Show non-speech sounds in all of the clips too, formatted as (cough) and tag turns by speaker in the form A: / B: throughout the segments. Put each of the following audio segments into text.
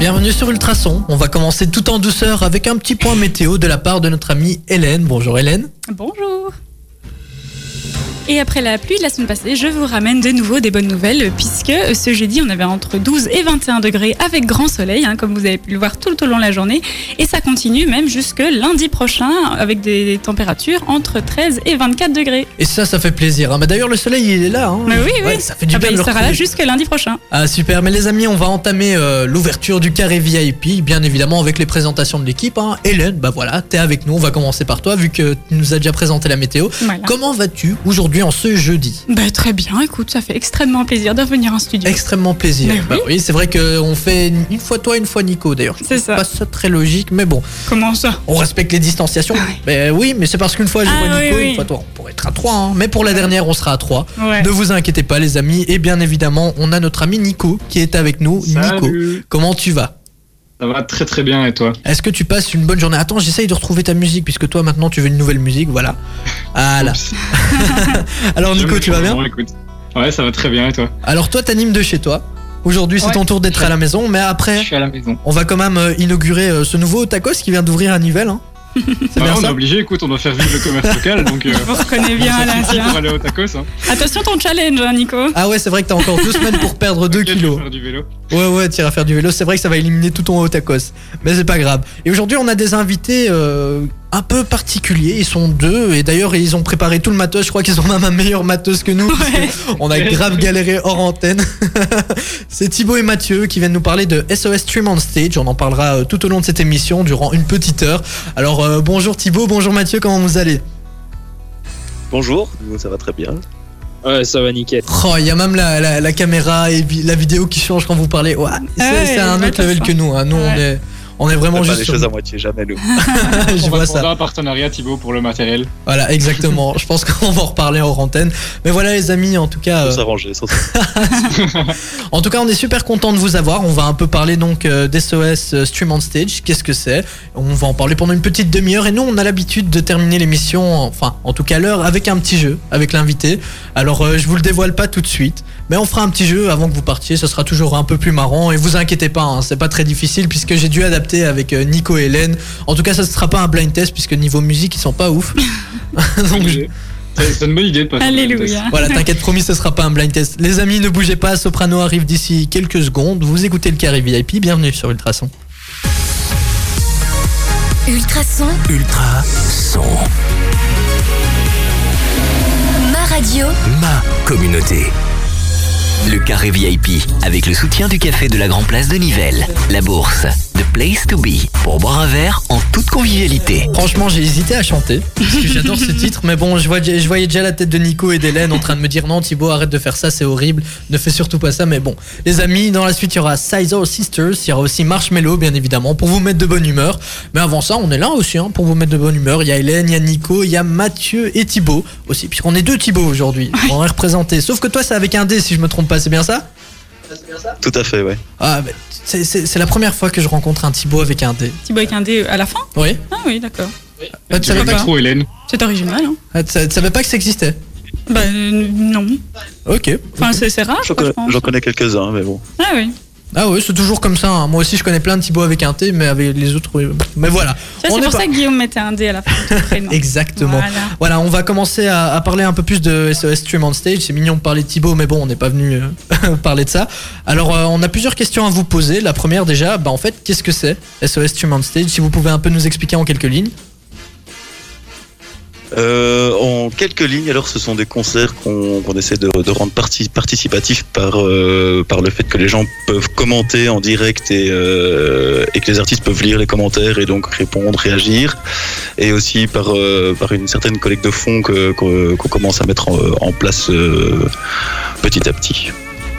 A: Bienvenue sur Ultrason. On va commencer tout en douceur avec un petit point météo de la part de notre amie Hélène. Bonjour Hélène.
B: Bonjour et après la pluie de la semaine passée, je vous ramène de nouveau des bonnes nouvelles, puisque ce jeudi, on avait entre 12 et 21 degrés avec grand soleil, hein, comme vous avez pu le voir tout au long de la journée. Et ça continue même jusque lundi prochain, avec des températures entre 13 et 24 degrés.
A: Et ça, ça fait plaisir. hein. Mais d'ailleurs, le soleil, il est là. hein.
B: Mais oui, oui.
A: Ouais, ça fait du
B: Ah
A: bien
B: bah,
A: de
B: il
A: le
B: sera là
A: retrouver.
B: jusque lundi prochain.
A: Ah super, mais les amis, on va entamer euh, l'ouverture du carré VIP, bien évidemment avec les présentations de l'équipe. hein. Hélène, bah voilà, t'es avec nous, on va commencer par toi vu que tu nous as déjà présenté la météo.
B: Voilà.
A: Comment vas-tu aujourd'hui en ce jeudi
B: Bah, très bien, écoute, ça fait extrêmement plaisir de revenir en studio.
A: Extrêmement plaisir.
B: Mais oui.
A: Bah oui, c'est vrai qu'on fait une- une fois toi, une fois Nico d'ailleurs. Je
B: C'est
A: trouve
B: ça.
A: Pas ça très logique, mais bon,
B: Comment ça
A: on respecte les distanciations.
B: Ah Ouais.
A: Mais oui, mais c'est parce qu'une fois je
B: Ah
A: vois Nico,
B: oui, oui. Ah
A: une fois toi, on pourrait être à trois. hein. Mais pour la dernière, on sera à trois.
B: Ouais.
A: Ne vous inquiétez pas les amis, et bien évidemment, on a notre ami Nico qui est avec nous. Nico,
C: Salut.
A: comment tu vas
C: Ça va très très bien et toi
A: Est-ce que tu passes une bonne journée Attends, j'essaye de retrouver ta musique puisque toi maintenant tu veux une nouvelle musique, voilà. Voilà.
C: Oups.
A: Alors Nico,
C: Jamais
A: tu vas bien
C: changement, écoute. Ouais, ça va très bien et toi
A: Alors toi t'animes de chez toi. Aujourd'hui c'est
C: Ouais.
A: ton tour d'être à la maison, mais
C: Je
A: après
C: suis à la maison.
A: on va quand même euh, inaugurer euh, ce nouveau tacos qui vient d'ouvrir à Nivelles. hein. C'est
C: Bah,
A: bien
C: on est
A: ça
C: obligé, écoute, on doit faire vivre le commerce local donc.
A: (laughs)
B: Je
C: Euh...
B: vous reconnais bien,
C: on
B: là.
C: s'en fout
B: tiens.
C: pour aller au tacos, hein.
B: Attention ton challenge, hein, Nico.
A: Ah ouais c'est vrai que t'as encore deux semaines pour perdre 2
C: Ok, je vais
A: kilos.
C: faire du vélo.
A: Ouais ouais t'iras faire du vélo, c'est vrai que ça va éliminer tout ton haut tacos. Mais c'est pas grave. Et aujourd'hui on a des invités euh, un peu particuliers, ils sont deux et d'ailleurs ils ont préparé tout le matos, je crois qu'ils ont même un meilleur matos que nous. parce que
B: Ouais.
A: (laughs) On a grave galéré hors antenne. (laughs) C'est Thibaut et Mathieu qui viennent nous parler de SOS Stream on Stage. On en parlera euh, tout au long de cette émission durant une petite heure. Alors euh, bonjour Thibaut, bonjour Mathieu, comment vous allez
D: Bonjour, nous ça va très bien.
E: Ouais, ça va nickel.
A: Oh, il y a même la, la- la caméra et vi- la vidéo qui change quand vous parlez. Ouais, c'est
B: Ouais,
A: c'est un
B: ouais,
A: autre
B: comme
A: level
B: ça.
A: que nous. hein. Nous, on
B: Ouais.
A: est, on est
D: On
A: vraiment
D: fait pas
A: juste.
D: les
A: sur-
D: choses à moitié, jamais
A: (laughs)
D: nous.
A: Je
C: on va
A: vois
C: demander
A: ça.
C: un partenariat Thibaut pour le matériel.
A: Voilà, exactement. Je pense qu'on va en reparler hors antenne. Mais voilà, les amis, en tout cas.
D: On
A: euh,
D: s'arranger. sans-
A: En tout cas, on est super content de vous avoir. On va un peu parler donc euh, d'SOS euh, Stream on Stage. Qu'est-ce que c'est On va en parler pendant une petite demi-heure. Et nous, on a l'habitude de terminer l'émission, enfin, en tout cas l'heure, avec un petit jeu, avec l'invité. Alors, euh, je vous le dévoile pas tout de suite, mais on fera un petit jeu avant que vous partiez. Ce sera toujours un peu plus marrant. Et vous inquiétez pas, hein, c'est pas très difficile puisque j'ai dû adapter avec euh, Nico et Hélène. En tout cas, ça ne sera pas un blind test puisque niveau musique, ils sont pas ouf. (laughs) donc, je-
C: C'est c'est une bonne idée de passer.
B: Alléluia.
A: voilà, t'inquiète, promis, ce sera pas un blind test. Les amis, ne bougez pas, Soprano arrive d'ici quelques secondes. Vous écoutez le carré VIP, bienvenue sur Ultrason.
F: Ultrason,
G: Ultra son
F: ma radio,
G: ma communauté. Le carré VIP avec le soutien du café de la Grand Place de Nivelles, la bourse, The Place to Be pour boire un verre en toute convivialité.
A: Franchement, j'ai hésité à chanter, parce que j'adore ce titre, mais bon, je, vois- je voyais déjà la tête de Nico et d'Hélène en train de me dire non, Thibaut, arrête de faire ça, c'est horrible, ne fais surtout pas ça, mais bon. Les amis, dans la suite, il y aura Sizer Sisters, il y aura aussi Marshmello, bien évidemment, pour vous mettre de bonne humeur. Mais avant ça, on est là aussi, hein, pour vous mettre de bonne humeur. Il y a Hélène, il y a Nico, il y a Mathieu et Thibaut aussi, puisqu'on est deux Thibaut aujourd'hui, on est représentés. Sauf que toi, c'est avec un D, si je me trompe pas, c'est bien ça
D: Tout à fait, ouais.
A: Ah, bah, c'est- c'est c'est la première fois que je rencontre un Thibaut avec un D.
B: Petit boy avec un dé à la fin
A: Oui.
B: Ah oui, d'accord.
A: Ah, tu
C: Tu
A: savais
C: pas
A: pas,
C: trop, Hélène.
B: C'est original, hein
A: ah, tu savais- tu savais pas que ça existait
B: Bah euh, non.
A: Ok.
B: Enfin, c'est c'est rare,
D: J'en
B: quoi, je
D: connais,
B: pense.
D: j'en connais quelques-uns, mais bon.
B: Ah oui.
A: Ah ouais, c'est toujours comme ça. hein. Moi aussi, je connais plein de Thibaut avec un T, mais avec les autres. oui. Mais voilà.
B: Ça,
A: On
B: c'est
A: est
B: pour
A: pas-
B: ça que Guillaume mettait un dé à la fin. du
A: (laughs)
B: prénom.
A: Exactement. Voilà.
B: Voilà.
A: on va commencer à, à parler un peu plus de SOS Stream on Stage. C'est mignon de parler de Thibaut, mais bon, on n'est pas venu euh, (laughs) parler de ça. Alors, euh, on a plusieurs questions à vous poser. La première, déjà, bah en fait, qu'est-ce que c'est SOS Stream on Stage Si vous pouvez un peu nous expliquer en quelques lignes.
D: Euh, en quelques lignes, alors, ce sont des concerts qu'on qu'on essaie de, de rendre parti- participatifs par, euh, par le fait que les gens peuvent commenter en direct et, euh, et que les artistes peuvent lire les commentaires et donc répondre, réagir. Et aussi par, euh, par une certaine collecte de fonds que- qu'on qu'on commence à mettre en, en place euh, petit à petit.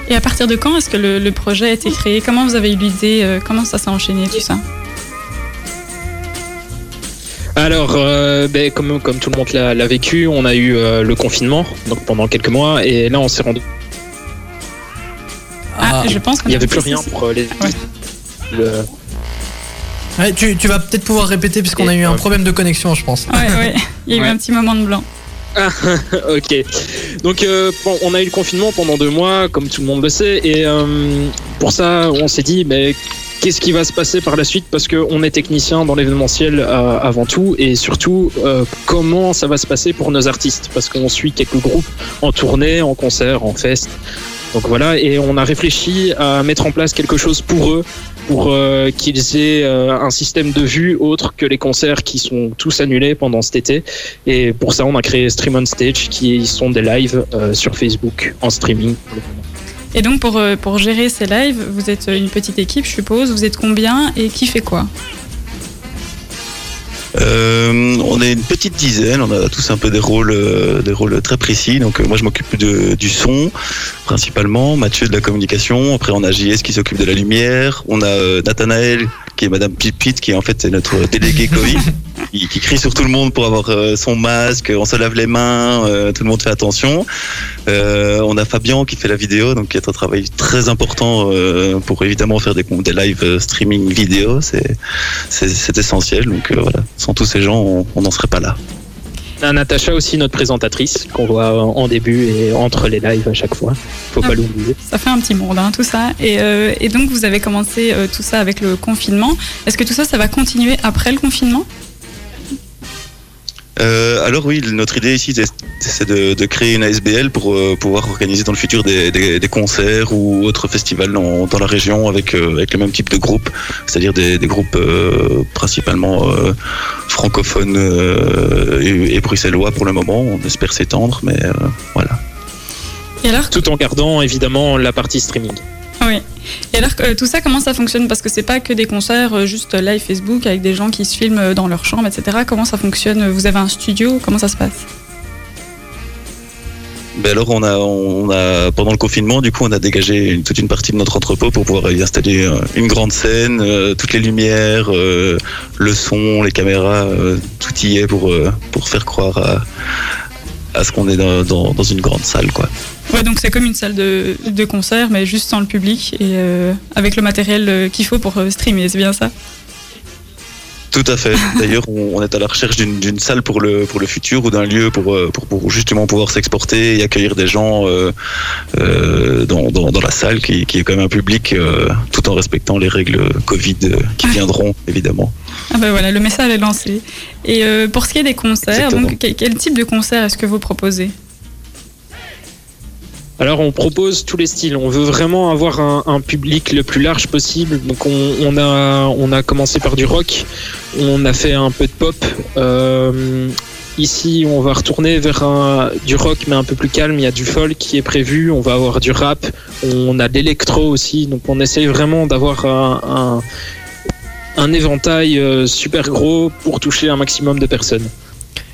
B: Et à partir de quand est-ce que le, le projet a été créé Comment vous avez eu l'idée euh, Comment ça s'est enchaîné tout ça
E: Alors, euh, ben, comme, comme tout le monde l'a l'a vécu, on a eu euh, le confinement donc pendant quelques mois et là on s'est rendu
B: Ah, je pense qu'on
E: il n'y
B: a-
E: avait plus
B: si,
E: rien
B: si, si.
E: pour euh, les. Le-
A: Ouais, tu, tu vas peut-être pouvoir répéter, puisqu'on a eu un problème de connexion, je pense.
B: Ouais,
E: (laughs)
B: ouais. Il y a eu
E: Ouais.
B: un petit moment de blanc.
E: Ah, (laughs) ok. Donc, euh, bon, on a eu le confinement pendant deux mois, comme tout le monde le sait, et euh, pour ça, on s'est dit, mais qu'est-ce qui va se passer par la suite parce qu'on est technicien dans l'événementiel euh, avant tout et surtout euh, comment ça va se passer pour nos artistes parce qu'on suit quelques groupes en tournée, en concert, en fest. Donc voilà, et on a réfléchi à mettre en place quelque chose pour eux, pour euh, qu'ils aient euh, un système de vue autre que les concerts qui sont tous annulés pendant cet été. Et pour ça, on a créé Stream on Stage, qui sont des lives euh, sur Facebook en streaming.
B: Et donc pour, euh, pour gérer ces lives, vous êtes euh, une petite équipe, je suppose. Vous êtes combien et qui fait quoi
D: Euh, on est une petite dizaine, on a tous un peu des rôles, euh, des rôles très précis. Donc euh, moi je m'occupe de- du son principalement, Mathieu de la communication. Après on a JS qui s'occupe de la lumière, on a euh, Nathanaël qui est Madame Pipit qui est en fait c'est notre délégué Covid, qui, qui crie sur tout le monde pour avoir euh, son masque. On se lave les mains, euh, tout le monde fait attention. Euh, on a Fabien qui fait la vidéo, donc qui est un travail très important euh, pour évidemment faire des, con- des live euh, streaming vidéo. C'est c'est- c'est essentiel. Donc euh, voilà, sans tous ces gens, on on n'en serait pas là.
E: On a Natacha aussi, notre présentatrice, qu'on voit en début et entre les lives à chaque fois. Faut
B: Ah.
E: pas l'oublier.
B: Ça fait un petit monde, hein, tout ça. Et, euh, et donc vous avez commencé euh, tout ça avec le confinement. Est-ce que tout ça, ça va continuer après le confinement
D: Euh, alors oui, notre idée ici, c'est- c'est de, de créer une ASBL pour euh, pouvoir organiser dans le futur des, des- des concerts ou autres festivals dans, dans la région avec, euh, avec le même type de groupe, c'est-à-dire des, des groupes euh, principalement euh, francophones euh, et, et bruxellois pour le moment. On espère s'étendre, mais euh, voilà.
B: Et alors,
E: Tout en gardant évidemment la partie streaming.
B: et alors euh, tout ça, comment ça fonctionne Parce que c'est pas que des concerts euh, juste live Facebook avec des gens qui se filment euh, dans leur chambre, etc. Comment ça fonctionne Vous avez un studio Comment ça se passe
D: Ben alors on a, on a pendant le confinement du coup on a dégagé une- toute une partie de notre entrepôt pour pouvoir y installer euh, une grande scène, euh, toutes les lumières, euh, le son, les caméras, euh, tout y est pour euh, pour faire croire à, à ce qu'on est dans, dans, dans une grande salle quoi.
B: Ouais, donc c'est comme une salle de, de concert, mais juste sans le public et euh, avec le matériel euh, qu'il faut pour euh, streamer, c'est bien ça
D: Tout à fait. D'ailleurs, on, on est à la recherche d'une d'une salle pour le pour le futur ou d'un lieu pour, euh, pour pour justement pouvoir s'exporter et accueillir des gens euh, euh, dans, dans dans la salle qui qui est quand même un public euh, tout en respectant les règles Covid euh, qui viendront évidemment.
B: Ah ben voilà, le message est lancé. Et euh, pour ce qui est des concerts,
D: Exactement.
B: donc, que- quel type de concert est-ce que vous proposez
E: Alors on propose tous les styles. On veut vraiment avoir un, un public le plus large possible. Donc on, on a on a commencé par du rock. On a fait un peu de pop. Euh, ici on va retourner vers un, du rock mais un peu plus calme. Il y a du folk qui est prévu. On va avoir du rap. On a de l'électro aussi. Donc on essaye vraiment d'avoir un, un un éventail euh, super gros pour toucher un maximum de personnes.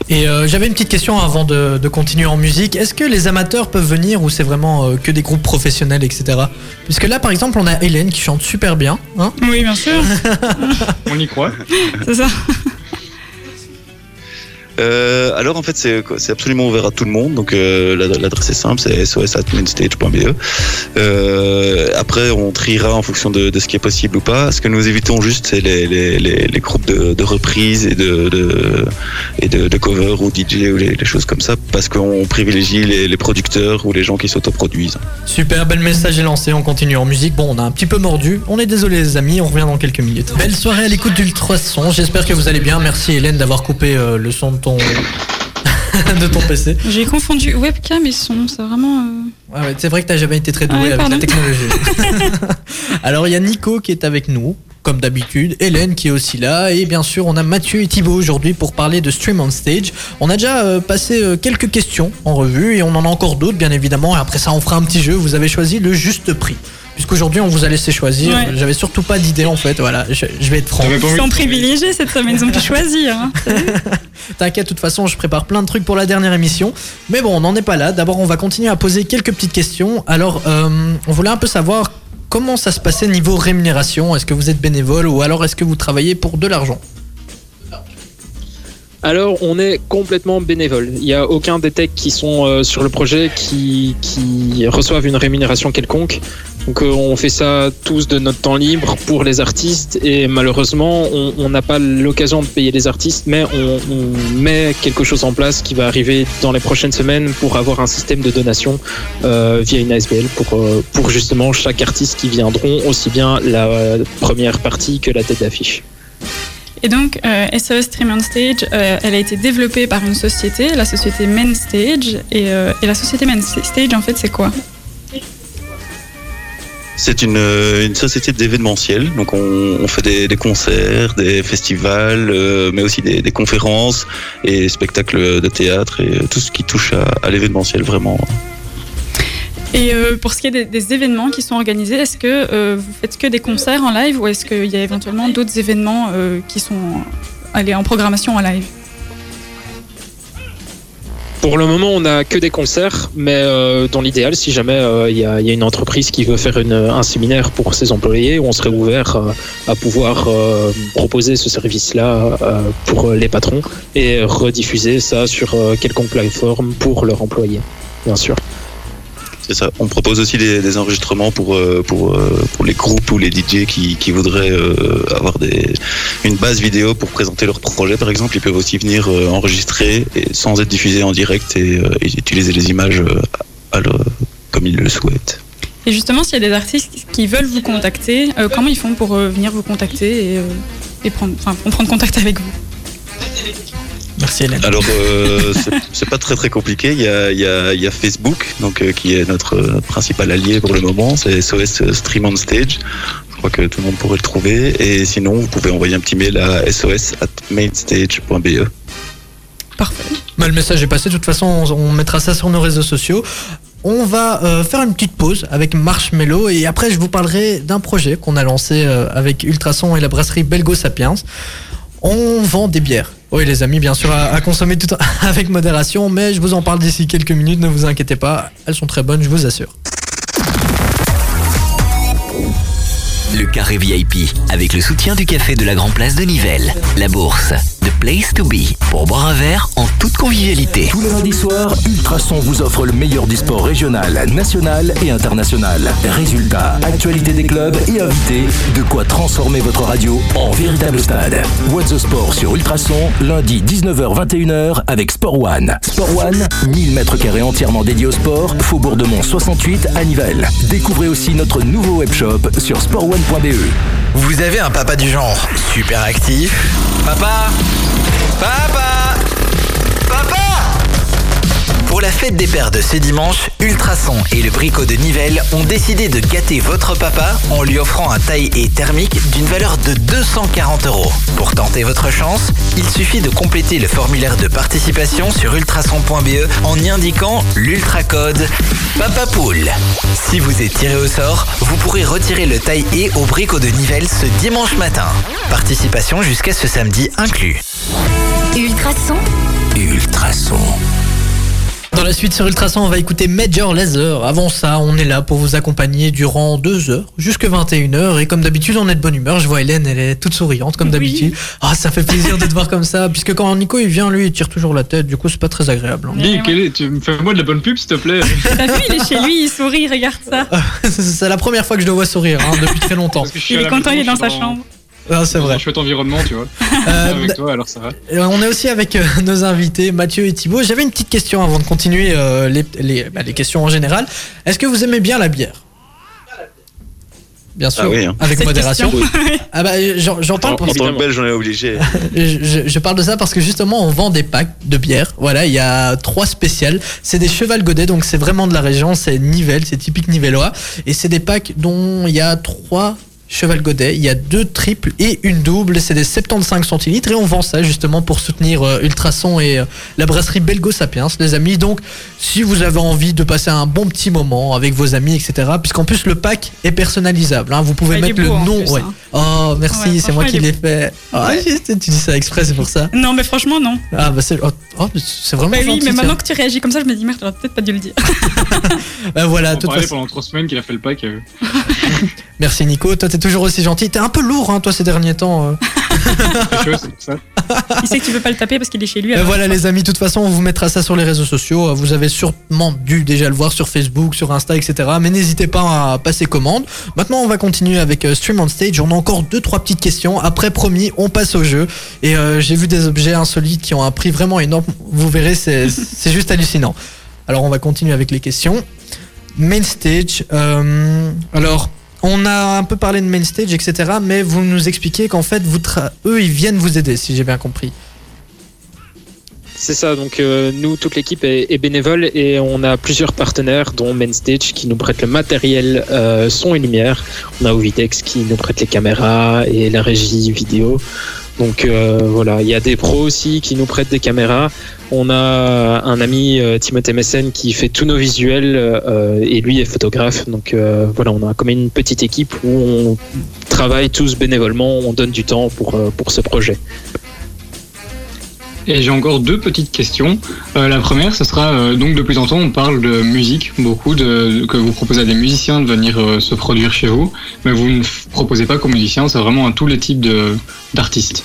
A: Et euh, j'avais une petite question avant de, de continuer en musique. Est-ce que les amateurs peuvent venir ou c'est vraiment euh, que des groupes professionnels, etc. Puisque là, par exemple, on a Hélène qui chante super bien. Hein
B: Oui, bien sûr,
C: On y croit.
B: c'est ça.
D: Euh, alors en fait c'est c'est absolument ouvert à tout le monde donc euh, l'ad- l'adresse est simple c'est sos@mainstage.be. Euh, après on triera en fonction de, de ce qui est possible ou pas. Ce que nous évitons juste c'est les, les, les, les groupes de, de reprises et de, de et de, de cover ou DJ ou les, les choses comme ça parce qu'on privilégie les, les producteurs ou les gens qui s'autoproduisent.
A: Super, bel message est lancé, on continue en musique. Bon, on a un petit peu mordu, on est désolé les amis, on revient dans quelques minutes. Belle soirée à l'écoute d'Ultrason, j'espère que vous allez bien. Merci Hélène d'avoir coupé euh, le son de ton... (laughs) de ton PC.
B: J'ai confondu webcam et son, c'est vraiment... euh,
A: Ouais, ouais, c'est vrai que t'as jamais été très doué
B: Ouais,
A: avec
B: Ah pardon.
A: la technologie.
B: (laughs)
A: (laughs) Alors il y a Nico qui est avec nous, comme d'habitude, Hélène qui est aussi là, et bien sûr on a Mathieu et Thibaut aujourd'hui pour parler de Stream on Stage. On a déjà euh, passé euh, quelques questions en revue et on en a encore d'autres bien évidemment, et après ça on fera un petit jeu, vous avez choisi le juste prix. Puisqu'aujourd'hui on vous a laissé choisir,
B: Ouais.
A: j'avais surtout pas d'idée en fait, voilà, je, je vais être franc.
C: J'avais pas
B: Ils
C: envie
B: sont
C: de-
B: privilégiés cette semaine, ils ont pu choisir. hein.
A: T'inquiète, de toute façon, je prépare plein de trucs pour la dernière émission. Mais bon, on n'en est pas là. D'abord, on va continuer à poser quelques petites questions. Alors, euh, on voulait un peu savoir comment ça se passait niveau rémunération. Est-ce que vous êtes bénévole ou alors est-ce que vous travaillez pour de l'argent
E: Alors, on est complètement bénévole. Il n'y a aucun des techs qui sont euh, sur le projet qui, qui reçoivent une rémunération quelconque. Donc, euh, on fait ça tous de notre temps libre pour les artistes. Et malheureusement, on on n'a pas l'occasion de payer les artistes, mais on, on met quelque chose en place qui va arriver dans les prochaines semaines pour avoir un système de donation euh, via une ASBL pour, euh, pour justement chaque artiste qui viendront, aussi bien la euh, première partie que la tête d'affiche.
B: Et donc, euh, SOS Stream on Stage, euh, elle a été développée par une société, la société Main Stage. Et, euh, et la société Main Stage, en fait, c'est quoi
D: C'est une, euh, une société d'événementiel, donc on, on fait des, des concerts, des festivals, euh, mais aussi des, des conférences et spectacles de théâtre et euh, tout ce qui touche à, à l'événementiel vraiment.
B: Et euh, pour ce qui est des, des événements qui sont organisés, est-ce que euh, vous faites que des concerts en live ou est-ce qu'il y a éventuellement d'autres événements euh, qui sont allez, en programmation en live
E: Pour le moment, on n'a que des concerts, mais euh, dans l'idéal, si jamais euh, il y, a, il y a une entreprise qui veut faire une- un séminaire pour ses employés, on serait ouvert euh, à pouvoir euh, proposer ce service-là euh, pour euh, les patrons et rediffuser ça sur euh, quelconque plateforme pour leurs employés, bien sûr.
D: C'est ça. On propose aussi des, des enregistrements pour euh, pour euh, pour les groupes ou les DJ qui, qui voudraient euh, avoir des une base vidéo pour présenter leur projet par exemple. Ils peuvent aussi venir euh, enregistrer et, sans être diffusés en direct et, euh, et utiliser les images euh, à leur- comme ils le souhaitent.
B: Et justement, s'il y a des artistes qui veulent vous contacter, euh, comment ils font pour euh, venir vous contacter et, euh, et prendre, enfin, pour prendre contact avec vous
A: Merci Hélène.
D: Alors, euh, c'est- c'est pas très très compliqué. Il y a, il y a- il y a Facebook, donc euh, qui est notre, euh, notre principal allié pour le moment. C'est SOS Stream on Stage. Je crois que tout le monde pourrait le trouver. Et sinon, vous pouvez envoyer un petit mail à sos at mainstage.be.
B: Parfait.
A: Bah, le message est passé, de toute façon on, on mettra ça sur nos réseaux sociaux. On va euh, faire une petite pause avec Marshmello et après je vous parlerai d'un projet qu'on a lancé euh, avec Ultrason et la brasserie Belgo Sapiens. On vend des bières. Oui les amis, bien sûr, à, à consommer tout (laughs) en- avec modération, mais je vous en parle d'ici quelques minutes, ne vous inquiétez pas, elles sont très bonnes, je vous assure.
G: Le carré VIP avec le soutien du café de la Grand Place de Nivelles. La bourse, the place to be pour boire un verre en toute convivialité.
H: Tous les lundis soirs, Ultrason vous offre le meilleur du sport régional, national et international. Résultats, actualité des clubs et invités, de quoi transformer votre radio en véritable stade. What's the Sport sur Ultrason, lundi 19h-21h avec Sport One. Sport One, 1000 mètres carrés entièrement dédiés au sport, Faubourg de Mont 68 à Nivelles. Découvrez aussi notre nouveau webshop sur sportone.be.
I: Vous avez un papa du genre super actif. Papa Papa Papa Pour la fête des pères de ce dimanche, Ultrason et le Bricot de Nivelles ont décidé de gâter votre papa en lui offrant un taille-et thermique d'une valeur de 240 euros. Pour tenter votre chance, il suffit de compléter le formulaire de participation sur ultrason.be E en y indiquant l'ultracode Papa Poule. Si vous êtes tiré au sort, vous pourrez retirer le taille-et au Bricot de Nivelles ce dimanche matin. Participation jusqu'à ce samedi inclus.
F: Ultrason,
H: Ultrason.
A: Dans la suite sur Ultrason, on va écouter Major Laser. Avant ça, on est là pour vous accompagner durant 2 heures, jusque 21h. Et comme d'habitude, on est de bonne humeur. Je vois Hélène, elle est toute souriante, comme d'habitude. Ah, ça fait plaisir de te voir comme ça. Puisque quand Nico il vient, lui, il tire toujours la tête. Du coup, c'est pas très agréable. hein.
C: Dis, quel est- tu me fais moi de la bonne pub, s'il te plaît.
B: T'as vu, il est chez lui, il sourit, regarde ça.
A: hein. (laughs) c'est la première fois que je le vois sourire hein, depuis très longtemps.
C: Parce que Ah, je suis
B: Il
C: à
B: est
C: la
B: content, il
C: maison,
B: est dans
C: je
B: sa
C: suis
B: chambre.
A: Ah, c'est
C: Dans
A: vrai.
C: un chouette environnement, tu vois.
A: Euh,
C: avec toi, alors ça va.
A: Euh, On est aussi avec euh, (laughs) nos invités Mathieu et Thibaut. J'avais une petite question avant de continuer euh, les, les- bah, les questions en général. Est-ce que vous aimez bien la bière Bien sûr,
D: Ah oui, hein.
A: avec
B: Cette
A: modération. Ah bah, euh, j'en j'en
D: En,
A: parle
D: en
A: pour-
D: tant que belge, on est obligé.
A: je, je- je parle de ça parce que justement on vend des packs de bière. Voilà, il y a trois spéciales. C'est des Cheval Godet, donc c'est vraiment de la région, c'est Nivelles, c'est typique nivellois. Et c'est des packs dont il y a trois Cheval Godet, il y a deux triples et une double. C'est des 75 centilitres et on vend ça justement pour soutenir euh, Ultrason et euh, la brasserie Belgo Sapiens, les amis. Donc si vous avez envie de passer un bon petit moment avec vos amis, etc. Puisqu'en plus le pack est personnalisable. hein. Vous pouvez
B: Ouais, il est
A: mettre le
B: beau, en
A: nom.
B: plus,
A: ouais.
B: hein.
A: Oh, merci,
B: Ouais,
A: c'est moi
B: franchement,
A: qui
B: il
A: l'ai fait. Ah, j'ai- tu dis ça exprès, c'est pour ça.
B: Non, mais franchement, non.
A: Ah, bah c'est oh, oh, mais c'est vraiment
B: Bah oui,
A: gentil,
B: mais
A: tiens.
B: maintenant que tu réagis comme ça, je me dis, merde, j'aurais peut-être pas dû
A: (laughs)
B: le dire.
A: Bah voilà,
C: On
A: de toute
C: parlait
A: façon.
C: pendant trois semaines qu'il a fait le
A: (laughs)
C: pack. euh.
A: Merci Nico, toi t'es toujours aussi gentil. T'es un peu lourd, hein, toi, ces derniers temps. euh.
C: C'est chaud, c'est pour ça.
B: Il sait que tu peux pas le taper parce qu'il est chez lui.
A: Ben
B: alors.
A: voilà les amis, de toute façon on vous mettra ça sur les réseaux sociaux, Euh, vous avez sûrement dû déjà le voir sur Facebook, sur Insta, etc. Mais n'hésitez pas à passer commande. Maintenant on va continuer avec euh, Stream on Stage, on a encore deux trois petites questions, après promis on passe au jeu. Et euh, j'ai vu des objets insolites qui ont un prix vraiment énorme, vous verrez c'est (laughs) c'est juste hallucinant. Alors on va continuer avec les questions. Main stage, euh, alors... On a un peu parlé de main stage, etc. Mais vous nous expliquez qu'en fait, vous tra- eux, ils viennent vous aider, si j'ai bien compris.
E: C'est ça, donc euh, nous, toute l'équipe est, est bénévole et on a plusieurs partenaires, dont Mainstage qui nous prête le matériel euh, son et lumière. On a Ovitex qui nous prête les caméras et la régie vidéo. Donc euh, voilà, il y a des pros aussi qui nous prêtent des caméras. On a un ami, euh, Timothée Messen, qui fait tous nos visuels euh, et lui est photographe. Donc euh, voilà, on a comme une petite équipe où on travaille tous bénévolement, on donne du temps pour, euh, pour ce projet.
C: Et j'ai encore deux petites questions. Euh, la première, ce sera euh, donc depuis tantôt, on parle de musique, beaucoup de, que vous proposez à des musiciens de venir euh, se produire chez vous, mais vous ne f- proposez pas qu'aux musiciens, c'est vraiment à tous les types de- d'artistes.